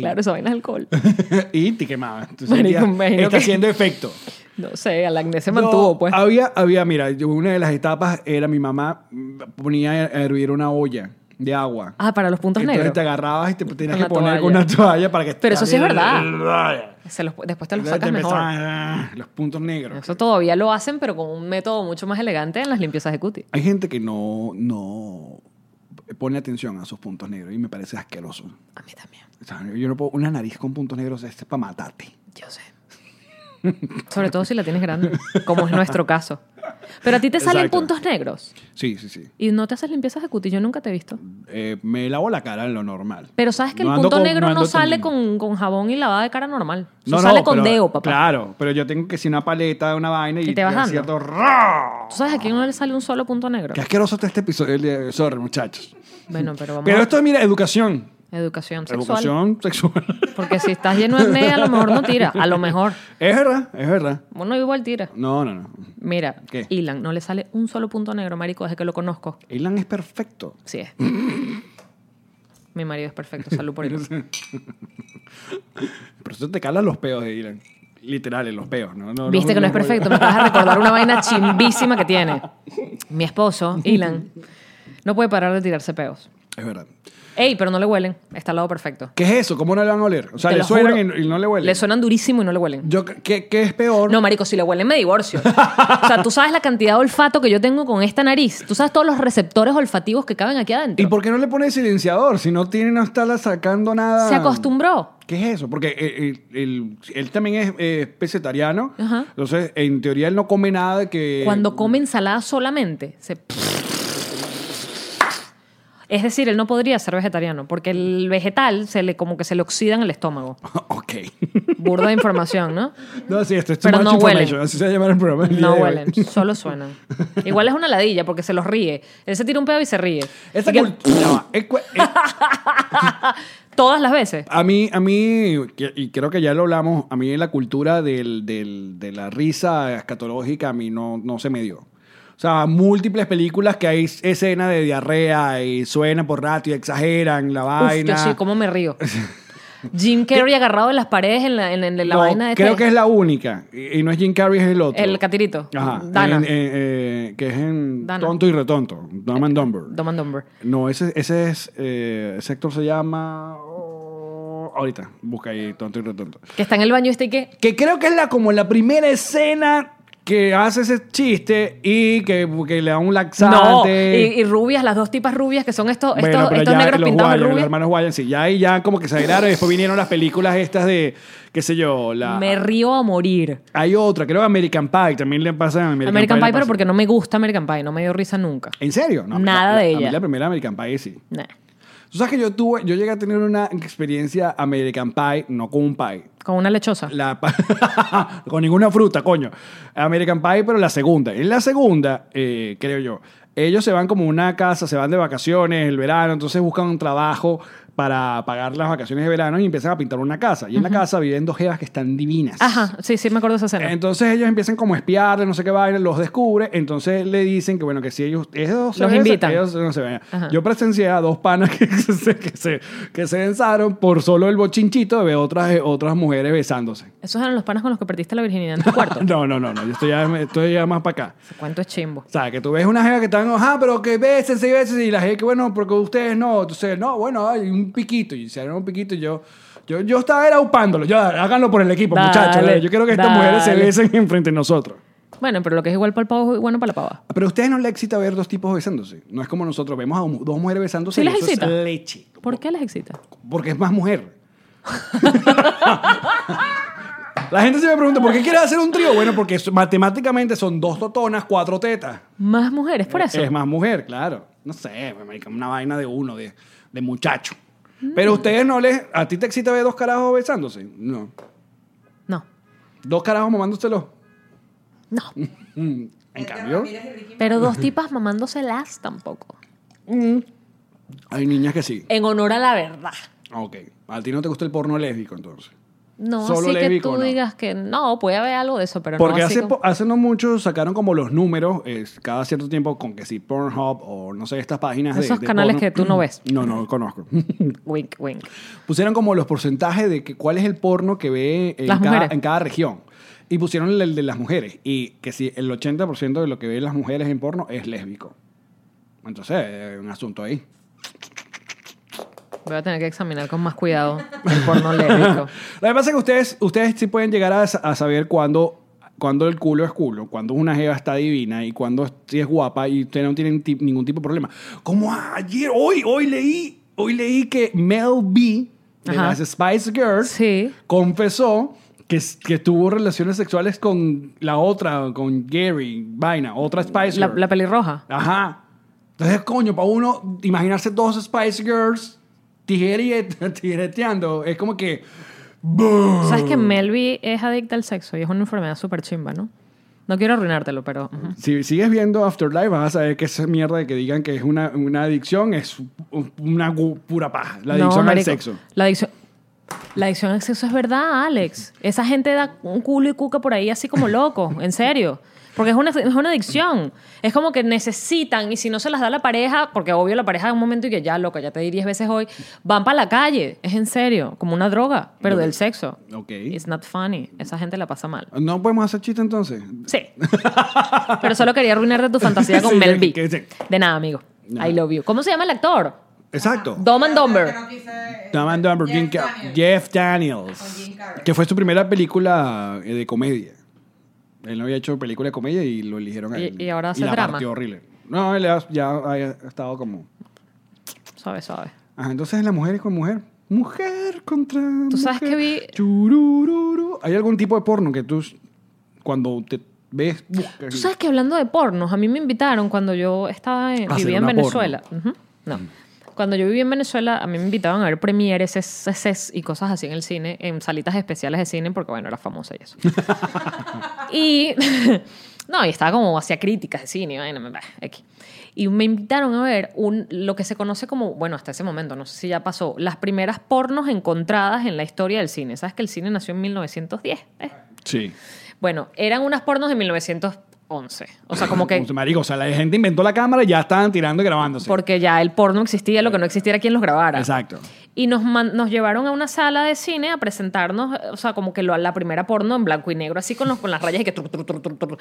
Speaker 2: Claro, esa vaina es alcohol.
Speaker 3: y te quemaba. Tú
Speaker 2: Marico,
Speaker 3: sentías,
Speaker 2: imagino
Speaker 3: está
Speaker 2: que-
Speaker 3: haciendo efecto.
Speaker 2: No sé, al acné se
Speaker 3: No,
Speaker 2: mantuvo, pues.
Speaker 3: Había, había, mira, yo- una de las etapas era mi mamá mm, ponía a hervir una olla de agua.
Speaker 2: Ah, para los puntos
Speaker 3: Entonces
Speaker 2: negros.
Speaker 3: te agarrabas y te tenías
Speaker 2: Con
Speaker 3: que
Speaker 2: la
Speaker 3: poner con
Speaker 2: toalla.
Speaker 3: una toalla para que
Speaker 2: Pero eso sí es verdad.
Speaker 3: Entonces
Speaker 2: Se los- después te
Speaker 3: te
Speaker 2: los sacas mejor.
Speaker 3: empezaban, ah, los puntos negros.
Speaker 2: Eso todavía lo hacen, pero con un método mucho más elegante en las limpiezas de cutis.
Speaker 3: Hay gente que no, no pone atención a sus puntos negros y me parece asqueroso.
Speaker 2: A mí también.
Speaker 3: O sea, yo no puedo, una nariz con puntos negros es para matarte.
Speaker 2: Yo sé. Sobre todo si la tienes grande, como es nuestro caso. Pero a ti te salen
Speaker 3: Exacto.
Speaker 2: puntos negros
Speaker 3: Sí, sí, sí.
Speaker 2: y no te haces limpiezas de cutis. Yo nunca te he visto.
Speaker 3: Eh, me lavo la cara en lo normal.
Speaker 2: Pero sabes que
Speaker 3: No
Speaker 2: el
Speaker 3: ando
Speaker 2: punto
Speaker 3: con-
Speaker 2: negro no,
Speaker 3: ando
Speaker 2: sale con,
Speaker 3: con-
Speaker 2: con jabón y lavada de cara normal. Eso
Speaker 3: No, no,
Speaker 2: sale con
Speaker 3: pero-
Speaker 2: deo, papá.
Speaker 3: Claro, pero yo tengo que si una paleta, una vaina y,
Speaker 2: Y te vas
Speaker 3: y
Speaker 2: dando.
Speaker 3: cierto ¡ra!
Speaker 2: ¿Tú sabes a quién no le sale un solo punto negro?
Speaker 3: Qué asqueroso está este episodio. el de- Sorry, muchachos.
Speaker 2: Bueno, pero vamos
Speaker 3: Pero
Speaker 2: a...
Speaker 3: esto es, mira, educación.
Speaker 2: Educación sexual.
Speaker 3: Educación sexual.
Speaker 2: Porque si estás lleno de acné, a lo mejor no tira. A lo mejor.
Speaker 3: Es verdad, es verdad.
Speaker 2: Bueno, igual tira.
Speaker 3: No, no, no.
Speaker 2: Mira,
Speaker 3: ¿Qué?
Speaker 2: Ilan, no le sale un solo punto negro, marico, desde que lo conozco.
Speaker 3: Elan es perfecto.
Speaker 2: Sí es. Mi marido es perfecto. Salud por él.
Speaker 3: Por eso te calan los peos de Dylan. Literal, en los peos. ¿no? No,
Speaker 2: Viste que no es perfecto, me acabas de recordar una vaina chimbísima que tiene. Mi esposo, Ilan, no puede parar de tirarse peos.
Speaker 3: Es verdad.
Speaker 2: Ey, pero no le huelen. Está al lado perfecto.
Speaker 3: ¿Qué es eso? ¿Cómo no le van a oler? O sea,
Speaker 2: Te
Speaker 3: le
Speaker 2: lo juro.
Speaker 3: suenan y, y no le huelen.
Speaker 2: Le suenan durísimo y no le huelen.
Speaker 3: Yo, ¿qué, qué es peor?
Speaker 2: No, marico, si le huelen me divorcio. O sea, tú sabes la cantidad de olfato que yo tengo con esta nariz. Tú sabes todos los receptores olfativos que caben aquí adentro.
Speaker 3: ¿Y por qué no le pones silenciador? Si no tiene, no está la- sacando nada.
Speaker 2: Se acostumbró.
Speaker 3: ¿Qué es eso? Porque eh, el- el- él también es eh, pescetariano.
Speaker 2: Ajá.
Speaker 3: Entonces, en teoría, él no come nada de que.
Speaker 2: Cuando come ensalada solamente, se... Es decir, él no podría ser vegetariano, porque el vegetal se le, como que se le oxida en el estómago.
Speaker 3: ok.
Speaker 2: Burda de información, ¿no?
Speaker 3: no, sí, esto es too
Speaker 2: Pero
Speaker 3: much
Speaker 2: no huelen.
Speaker 3: information. Así se va a llamar el programa. el día
Speaker 2: No
Speaker 3: de hoy.
Speaker 2: huelen, solo suenan. Igual es una ladilla porque se los ríe. Él se tira un pedo y se ríe.
Speaker 3: Esa
Speaker 2: Y que-
Speaker 3: cultura- Ya va. Es cu- es-
Speaker 2: Todas las veces.
Speaker 3: A mí, a mí, que- y creo que ya lo hablamos, a mí la cultura del, del- de la risa escatológica a mí no, no se me dio. O sea, múltiples películas que hay escenas de diarrea y suena por rato y exageran la
Speaker 2: Uf,
Speaker 3: vaina.
Speaker 2: yo sí, cómo me río. Jim Carrey agarrado de las paredes en la, en, en la
Speaker 3: No,
Speaker 2: vaina de
Speaker 3: creo
Speaker 2: este-
Speaker 3: que es la única. Y, y no es Jim Carrey, es el otro.
Speaker 2: El catirito.
Speaker 3: Ajá.
Speaker 2: Dana.
Speaker 3: En- en- eh, que es en
Speaker 2: Dana. Eh,
Speaker 3: Tonto y Retonto. Dumb and Dumber.
Speaker 2: Dumb and Dumber.
Speaker 3: No, ese, ese es. eh, ese actor se llama. oh, ahorita, busca ahí Tonto y Retonto.
Speaker 2: Que está en el baño este y que...
Speaker 3: Que creo que es la, como la primera escena que hace ese chiste y que, que le da un
Speaker 2: No, y,
Speaker 3: laxante.
Speaker 2: y rubias, las dos tipas rubias que son estos,
Speaker 3: Bueno,
Speaker 2: estos,
Speaker 3: pero
Speaker 2: estos
Speaker 3: ya
Speaker 2: negros
Speaker 3: los
Speaker 2: pintados de
Speaker 3: Wayans, los
Speaker 2: rubia.
Speaker 3: hermanos Wayans, sí, ya ahí ya como que se agraron y después vinieron las películas estas de, qué sé yo, la...
Speaker 2: Me río a morir.
Speaker 3: Hay otra, creo que American Pie, también le pasa a American,
Speaker 2: American
Speaker 3: le
Speaker 2: Pie, pero
Speaker 3: pasa.
Speaker 2: porque no me gusta American Pie, no me dio risa nunca.
Speaker 3: ¿En serio? No,
Speaker 2: Nada
Speaker 3: la-
Speaker 2: de
Speaker 3: la- A
Speaker 2: ella.
Speaker 3: mí la primera American Pie sí.
Speaker 2: Nah,
Speaker 3: Tú sabes que yo tuve, yo llegué a tener una experiencia American Pie, no con un pie,
Speaker 2: con una lechosa.
Speaker 3: La pa- con ninguna fruta, coño. American Pie, pero la segunda. En la segunda, eh, creo yo, ellos se van como a una casa, se van de vacaciones el verano, entonces buscan un trabajo para pagar las vacaciones de verano y empiezan a pintar una casa. Y en la casa viven dos jevas que están divinas.
Speaker 2: Ajá, sí, sí, me acuerdo de esa escena.
Speaker 3: Entonces ellos empiezan como a espiarle, no sé qué vaina, los descubre, entonces le dicen que bueno, que si ellos, ellos se
Speaker 2: Los
Speaker 3: besan,
Speaker 2: invitan.
Speaker 3: ellos no se vayan.
Speaker 2: Ajá.
Speaker 3: Yo presencié a dos panas que se, que se, que se besaron por solo el bochinchito de ver otras, otras mujeres besándose.
Speaker 2: Esos eran los panas con los que perdiste la virginidad en tu cuarto.
Speaker 3: No, no, no, no. Yo estoy ya, estoy ya más para acá.
Speaker 2: Ese cuento es chimbo.
Speaker 3: O sea, que tú ves una jeva que están, ajá, pero que veces, seis veces, y la gente que bueno, porque ustedes no. Entonces, no, bueno, hay un piquito. Y se un piquito y yo. Yo, yo estaba era upándolo. Ya, háganlo por el equipo,
Speaker 2: Dale,
Speaker 3: muchachos. eh. Yo quiero que estas
Speaker 2: dale.
Speaker 3: mujeres se besen enfrente de nosotros.
Speaker 2: Bueno, pero lo que es igual para el pavo es bueno para la pava.
Speaker 3: Pero a ustedes no les excita ver dos tipos besándose. No es como nosotros vemos a mu- dos mujeres
Speaker 2: Sí
Speaker 3: besándose y
Speaker 2: les
Speaker 3: eso es
Speaker 2: excita.
Speaker 3: leche.
Speaker 2: ¿Por qué les excita?
Speaker 3: Porque es más mujer. La gente se me pregunta, ¿por qué quieres hacer un trío? Bueno, porque es- matemáticamente son dos totonas, cuatro tetas.
Speaker 2: Más mujeres, por eso.
Speaker 3: Es más mujer, claro. No sé, marica, una vaina de uno, de, de muchacho. Pero ustedes no les... ¿A ti te excita ver dos carajos besándose? No.
Speaker 2: No.
Speaker 3: Dos carajos mamándoselos.
Speaker 2: No.
Speaker 3: Mm, En cambio,
Speaker 2: Pero dos tipas mamándoselas tampoco.
Speaker 3: hay niñas que sí. Ah,
Speaker 2: En honor a la verdad.
Speaker 3: Ok. A ti no te gusta el porno lésbico, entonces.
Speaker 2: No,
Speaker 3: Solo
Speaker 2: así que
Speaker 3: lésbico,
Speaker 2: tú
Speaker 3: no.
Speaker 2: digas que no, puede haber algo de eso, pero
Speaker 3: Porque
Speaker 2: no así
Speaker 3: hace,
Speaker 2: como-
Speaker 3: po- hace no mucho sacaron como los números, es, cada cierto tiempo, con que si Pornhub o no sé, estas páginas de-
Speaker 2: Esos
Speaker 3: de
Speaker 2: canales
Speaker 3: porno.
Speaker 2: que tú no ves.
Speaker 3: No, no, conozco.
Speaker 2: Wink, wink.
Speaker 3: pusieron como los porcentajes de que cuál es el porno que ve en,
Speaker 2: Las
Speaker 3: cada,
Speaker 2: mujeres.
Speaker 3: en cada región. Y pusieron el, el de las mujeres. Y que si el 80% de lo que ven las mujeres en porno es lésbico. Entonces, eh, un asunto ahí.
Speaker 2: Voy a tener que examinar con más cuidado el porno lésbico.
Speaker 3: Lo que pasa es que ustedes, ustedes sí pueden llegar a, sa- a saber cuándo, cuándo el culo es culo, cuándo una jeva está divina y cuándo es- sí es guapa y ustedes no tienen ti- ningún tipo de problema. Como ayer, hoy, hoy leí, hoy leí que Mel B de
Speaker 2: Ajá.
Speaker 3: las Spice Girls
Speaker 2: Sí.
Speaker 3: confesó que, s- que tuvo relaciones sexuales con la otra, con Gary, vaina, otra Spice
Speaker 2: La,
Speaker 3: Girl.
Speaker 2: la pelirroja.
Speaker 3: Ajá. Entonces, coño, para uno imaginarse dos Spice Girls tijerete- tijereteando, es como que... ¡boom!
Speaker 2: ¿Sabes que Melvi es adicta al sexo y es una enfermedad súper chimba, no? No quiero arruinártelo, pero... ujú.
Speaker 3: Si sigues viendo Afterlife, vas a saber que esa mierda de que digan que es una, una adicción es una gu- pura paja. La
Speaker 2: No,
Speaker 3: adicción al
Speaker 2: marico.
Speaker 3: sexo.
Speaker 2: La adicción... La adicción a exceso es verdad, Alex. Esa gente da un culo y cuca por ahí así como loco, en serio. Porque es una, es una adicción. Es como que necesitan, y si no se las da la pareja, porque obvio la pareja en un momento y que ya, loca, ya te di 10 veces hoy, van para la calle. Es en serio, como una droga, pero del sexo.
Speaker 3: Ok. Ah.
Speaker 2: It's not funny. Esa gente la pasa mal.
Speaker 3: ¿No podemos hacer chiste entonces?
Speaker 2: Sí. pero solo quería arruinarte tu fantasía con
Speaker 3: Sí,
Speaker 2: Mel B.
Speaker 3: que- que- sí.
Speaker 2: De nada, amigo.
Speaker 3: Nada.
Speaker 2: I love you. ¿Cómo se llama el actor?
Speaker 3: Exacto.
Speaker 2: Dom and Dumber.
Speaker 3: Dumb and Dumber, Jim Car- Jeff Daniels. Que fue su primera película eh, de comedia. Él no había hecho película de comedia y lo eligieron a
Speaker 2: Y-
Speaker 3: él.
Speaker 2: y ahora hace
Speaker 3: la
Speaker 2: drama.
Speaker 3: partió horrible. No, él ha- ya ha estado como...
Speaker 2: Suave, suave.
Speaker 3: Ajá, entonces la mujer es con mujer. Mujer contra
Speaker 2: Tú sabes que
Speaker 3: mujer.
Speaker 2: vi-
Speaker 3: Churururu. ¿Hay algún tipo de porno que tú, s- cuando te ves... buscas?
Speaker 2: Tú sabes que hablando de pornos, a mí me invitaron cuando yo estaba en,
Speaker 3: A hacer
Speaker 2: vivía en
Speaker 3: una
Speaker 2: Venezuela. Ujú. No. Cuando yo vivía en Venezuela, a mí me invitaban a ver premieres CCs y cosas así en el cine, en salitas especiales de cine, porque bueno, era famosa y eso. y no, y estaba como hacía críticas de cine, vaina, me- bah, X. Y me invitaron a ver un, lo que se conoce como, bueno, hasta ese momento, no sé si ya pasó, las primeras pornos encontradas en la historia del cine. ¿Sabes que el cine nació en 1910? eh?
Speaker 3: Sí.
Speaker 2: Bueno, eran unas pornos de 1911. O sea, como que.
Speaker 3: Entonces, Marico, o sea, la gente inventó la cámara y ya estaban tirando y grabándose.
Speaker 2: Porque ya el porno existía, lo que no existía era quien los grabara.
Speaker 3: Exacto.
Speaker 2: Y nos, man- nos llevaron a una sala de cine a presentarnos, eh, o sea, como que lo- la primera porno en blanco y negro, así con, los, con las rayas y que... tru, tru, tru, tru, tru.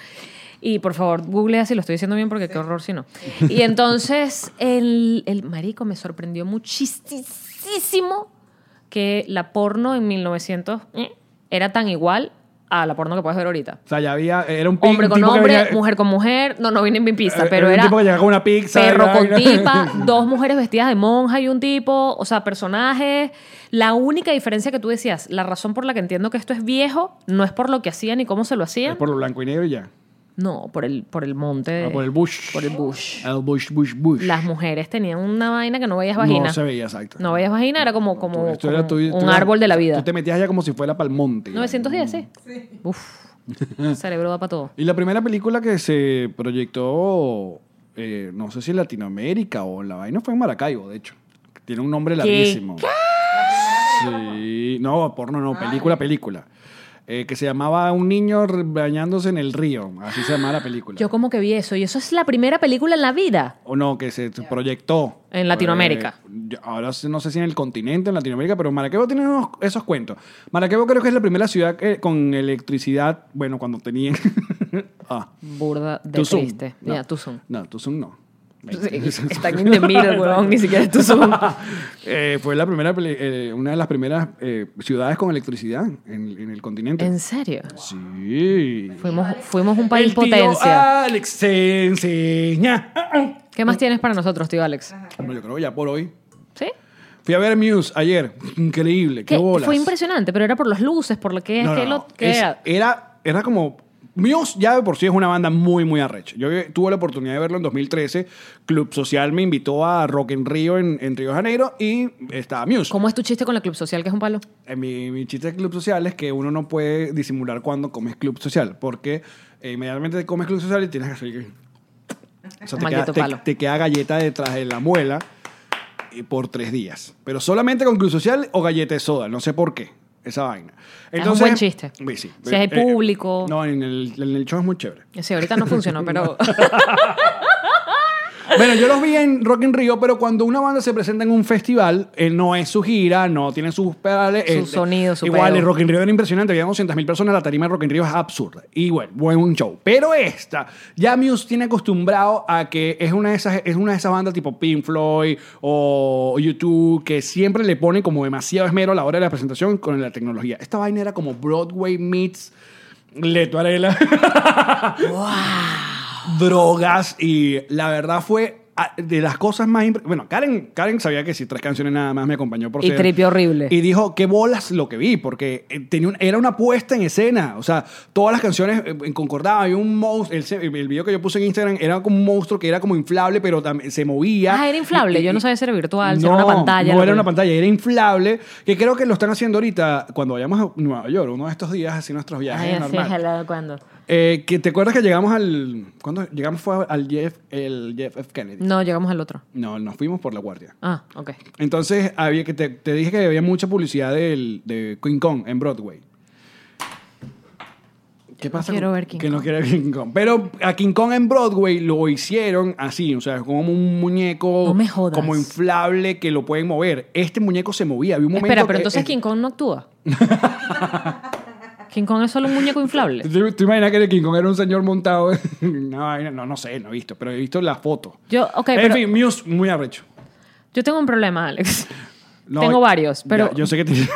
Speaker 2: Y por favor, googlea si lo estoy diciendo bien porque qué horror si no. Y entonces el, el marico me sorprendió muchísimo que la porno en 1900 eh, era tan igual a la porno que puedes ver ahorita.
Speaker 3: O sea, ya había... Era un, pi-
Speaker 2: Hombre
Speaker 3: un
Speaker 2: con
Speaker 3: tipo que
Speaker 2: hombre,
Speaker 3: venía-
Speaker 2: mujer con mujer. No, no viene en mi pista,
Speaker 3: Eh,
Speaker 2: pero
Speaker 3: era un
Speaker 2: era.
Speaker 3: tipo que llegaba con una pizza,
Speaker 2: Perro
Speaker 3: era-
Speaker 2: con tipa, dos mujeres vestidas de monja y un tipo, o sea, personajes. La única diferencia que tú decías, la razón por la que entiendo que esto es viejo, no es por lo que hacían y cómo se lo
Speaker 3: Es
Speaker 2: hacían.
Speaker 3: por lo blanco y negro y ya.
Speaker 2: No, por el, por el monte. de-
Speaker 3: Ah, por el bush.
Speaker 2: Por el bush.
Speaker 3: El bush, bush, bush.
Speaker 2: Las mujeres tenían una vaina que no veías vagina.
Speaker 3: no se veía, exacto.
Speaker 2: No veías vagina, era como, como,
Speaker 3: Tú- esto era
Speaker 2: como
Speaker 3: tú- tú
Speaker 2: un
Speaker 3: eras-
Speaker 2: árbol de la vida.
Speaker 3: Tú te metías allá como si fuera para el monte.
Speaker 2: 910, sí. Sí. Uf. El cerebro va para todo.
Speaker 3: Y la primera película que se proyectó, eh, no sé si en Latinoamérica o en la vaina, fue en Maracaibo, de hecho. Tiene un nombre larguísimo. Sí, no, porno
Speaker 2: Ah,
Speaker 3: no, película, película. Eh, que se llamaba Un niño re- bañándose en el río, así se llamaba la película.
Speaker 2: Yo como que vi eso, y eso es la primera película en la vida.
Speaker 3: O no, que se proyectó.
Speaker 2: En Latinoamérica.
Speaker 3: Eh, yo- ahora sí, no sé si en el continente, en Latinoamérica, pero Maracaibo tiene unos- esos cuentos. Maracaibo creo que es la primera ciudad que- con electricidad, bueno, cuando tenían... ah,
Speaker 2: burda de
Speaker 3: Tuzum.
Speaker 2: triste.
Speaker 3: No.
Speaker 2: Mira, Tuzum.
Speaker 3: No, Tuzum no.
Speaker 2: Están in the middle, weón, ni siquiera es Tuzum.
Speaker 3: Eh, fue la primera, peli- eh, una de las primeras eh, ciudades con electricidad en, en el continente.
Speaker 2: ¿En serio?
Speaker 3: Sí.
Speaker 2: Fuimos, fuimos un país
Speaker 3: El tío ah.
Speaker 2: potencia.
Speaker 3: Alex se enseña. Ah, ah.
Speaker 2: ¿Qué más tienes para nosotros, tío Alex?
Speaker 3: Bueno, yo creo que ya por hoy.
Speaker 2: ¿Sí?
Speaker 3: Fui a ver Muse ayer. Increíble. Qué
Speaker 2: Que
Speaker 3: bolas.
Speaker 2: fue impresionante, pero era por las luces, por lo que es
Speaker 3: No, no,
Speaker 2: que
Speaker 3: no.
Speaker 2: lo que
Speaker 3: Es-
Speaker 2: era.
Speaker 3: era, era como... Muse ya de por sí es una banda muy, muy arrecha. Yo tuve la oportunidad de verlo en 2013. Club Social me invitó a Rock en Río, en, en Río de Janeiro, y estaba Muse.
Speaker 2: ¿Cómo es tu chiste con la club social, que es un palo?
Speaker 3: Eh, mi, mi chiste de club social es que uno no puede disimular cuando comes club social, porque eh, inmediatamente comes club social y tienes que hacer que- O sea, te queda,
Speaker 2: Maldito
Speaker 3: te-
Speaker 2: palo.
Speaker 3: te queda galleta detrás de la muela eh, por tres días. Pero solamente con club social o galleta de soda, no sé por qué. Esa vaina.
Speaker 2: un
Speaker 3: Entonces,
Speaker 2: buen chiste.
Speaker 3: Sí, sí. eh,
Speaker 2: Si es de público.
Speaker 3: no, en el, en el show es muy chévere.
Speaker 2: Sí, ahorita no funcionó, pero
Speaker 3: Bueno, yo los vi en Rock in Rio, pero cuando una banda se presenta en un festival, eh, no es su gira, no tiene sus pedales.
Speaker 2: Su
Speaker 3: eh,
Speaker 2: sonido, su
Speaker 3: Igual,
Speaker 2: pedo.
Speaker 3: el Rock in Rio era impresionante, había 200.000 personas, la tarima de Rock in Rio es absurda. Y bueno, buen show. Pero esta, ya Muse tiene acostumbrado a que es una de esas, es una de esas bandas tipo Pink Floyd o YouTube que siempre le pone como demasiado esmero a la hora de la presentación con la tecnología. Esta vaina era como Broadway meets Leto Arela drogas y la verdad fue ah, de las cosas más impre- bueno Karen Karen sabía que si tres canciones nada más me acompañó por
Speaker 2: Y
Speaker 3: ser-
Speaker 2: tripió horrible.
Speaker 3: y dijo qué bolas lo que vi porque eh, tenía un- era una puesta en escena o sea todas las canciones eh, concordaban había un monstruo el, se- el video que yo puse en Instagram era como un monstruo que era como inflable pero también se movía
Speaker 2: Ah, era inflable.
Speaker 3: Y-
Speaker 2: Yo no
Speaker 3: y-
Speaker 2: sabía si era virtual, si era una pantalla,
Speaker 3: no
Speaker 2: lo
Speaker 3: era
Speaker 2: que-
Speaker 3: una pantalla era inflable que creo que lo están haciendo ahorita cuando vayamos a Nueva York uno de estos días así nuestros viajes
Speaker 2: Ay,
Speaker 3: normales.
Speaker 2: fíjala, ¿cuándo?
Speaker 3: Eh, que ¿Te acuerdas que llegamos al. ¿Cuándo llegamos? Fue al Jeff, el Jeff F. Kennedy.
Speaker 2: No, llegamos al otro.
Speaker 3: No, nos fuimos por la guardia.
Speaker 2: Ah, ok.
Speaker 3: Entonces, había que te, te dije que había mucha publicidad del, de King Kong en Broadway. ¿Qué pasa?
Speaker 2: quiero
Speaker 3: con-
Speaker 2: ver King
Speaker 3: que no quiere ver King Kong. Pero a King Kong en Broadway lo hicieron así, o sea, como un muñeco
Speaker 2: No me jodas.
Speaker 3: como inflable que lo pueden mover. Este muñeco se movía, había un momento eh,
Speaker 2: Espera,
Speaker 3: que-
Speaker 2: pero entonces
Speaker 3: es-
Speaker 2: King Kong no actúa. King Kong es solo un muñeco inflable.
Speaker 3: ¿Tú, tú imaginas que el King Kong era un señor montado? en una vaina? no, no sé, no he visto, pero he visto la foto.
Speaker 2: Yo, ok,
Speaker 3: en
Speaker 2: pero-
Speaker 3: fin, Muse, muy arrecho.
Speaker 2: Yo tengo un problema, Alex.
Speaker 3: No,
Speaker 2: tengo
Speaker 3: ya-
Speaker 2: varios, pero
Speaker 3: ya, yo sé que te-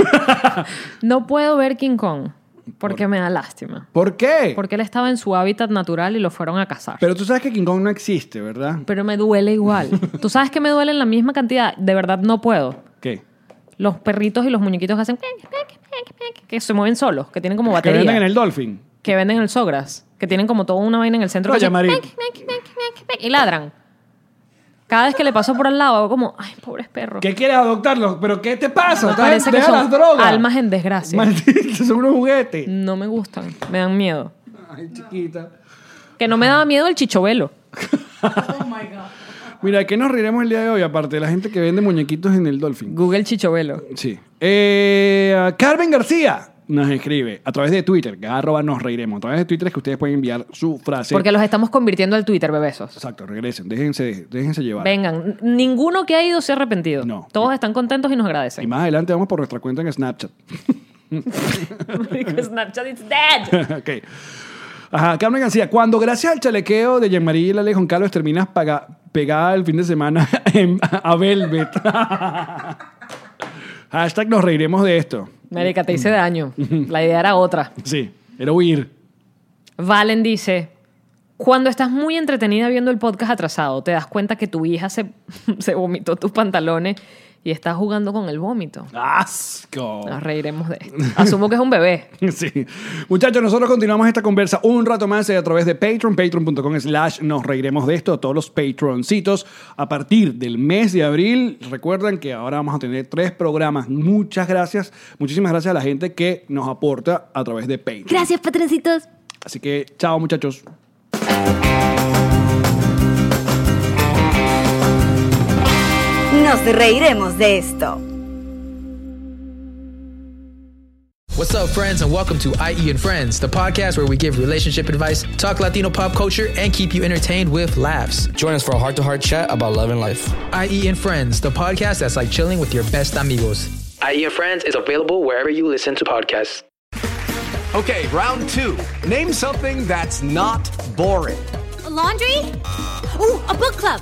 Speaker 2: no puedo ver King Kong porque me da lástima.
Speaker 3: ¿Por qué?
Speaker 2: Porque él estaba en su hábitat natural y lo fueron a cazar.
Speaker 3: Pero tú sabes que King Kong no existe, ¿verdad?
Speaker 2: Pero me duele igual. Tú sabes que me duelen la misma cantidad. De verdad no puedo.
Speaker 3: ¿Qué?
Speaker 2: Los perritos y los muñequitos que hacen que se mueven solos, que tienen como
Speaker 3: Que
Speaker 2: batería,
Speaker 3: venden en el Dolphin.
Speaker 2: que venden en el Sogras, que tienen como toda una vaina en el centro que
Speaker 3: Oye,
Speaker 2: hacen
Speaker 3: Mari.
Speaker 2: y ladran. Cada vez que le paso por al lado hago como, ay, pobres perros.
Speaker 3: ¿Qué quieres adoptarlos? ¿Pero qué te pasa?
Speaker 2: Ah, Parece que
Speaker 3: Deja
Speaker 2: son
Speaker 3: las drogas.
Speaker 2: almas en desgracia.
Speaker 3: Malditos, son unos juguetes.
Speaker 2: No me gustan, me dan miedo.
Speaker 3: Ay, chiquita.
Speaker 2: Que no me daba miedo el chichovelo.
Speaker 3: Mira, ¿qué nos riremos el día de hoy? Aparte de la gente que vende muñequitos en el Dolphin.
Speaker 2: Google chichovelo.
Speaker 3: Sí. Eh, Carmen García nos escribe a través de Twitter, que es arroba nos reiremos. A través de Twitter es que ustedes pueden enviar su frase.
Speaker 2: Porque los estamos convirtiendo al Twitter, bebesos.
Speaker 3: Exacto, regresen, déjense, déjense llevar.
Speaker 2: Vengan, ninguno que ha ido se ha arrepentido.
Speaker 3: No.
Speaker 2: Todos están contentos y nos
Speaker 3: Y
Speaker 2: agradecen.
Speaker 3: más adelante vamos por nuestra cuenta en Snapchat.
Speaker 2: Marico, Snapchat is dead.
Speaker 3: ok. Ajá, Carmen García, cuando gracias al chalequeo de Jean-Marie y Lale Carlos terminas paga- pegada el fin de semana en- a Velvet. Hashtag nos reiremos de esto.
Speaker 2: Marica, te hice daño. La idea era otra.
Speaker 3: Sí, era huir.
Speaker 2: Valen dice, cuando estás muy entretenida viendo el podcast atrasado, te das cuenta que tu hija se, se vomitó tus pantalones y estás jugando con el vómito.
Speaker 3: ¡Asco!
Speaker 2: Nos reiremos de esto. Asumo que es un bebé.
Speaker 3: Sí. Muchachos, nosotros continuamos esta conversa un rato más eh, a través de Patreon, patreon.com slash nos reiremos de esto, todos los patroncitos. A partir del mes de abril, recuerdan que ahora vamos a tener tres programas. Muchas gracias, muchísimas gracias a la gente que nos aporta a través de Patreon.
Speaker 5: Gracias, patroncitos.
Speaker 3: Así que, chao muchachos.
Speaker 5: Nos reiremos de esto.
Speaker 7: What's up, friends, and welcome to IE and Friends, the podcast where we give relationship advice, talk Latino pop culture, and keep you entertained with laughs.
Speaker 8: Join us for a heart to heart chat about love and life.
Speaker 7: IE and Friends, the podcast that's like chilling with your best amigos.
Speaker 8: IE E and Friends is available wherever you listen to podcasts.
Speaker 9: Okay, round two. Name something that's not boring.
Speaker 10: laundry? Ooh, a book club.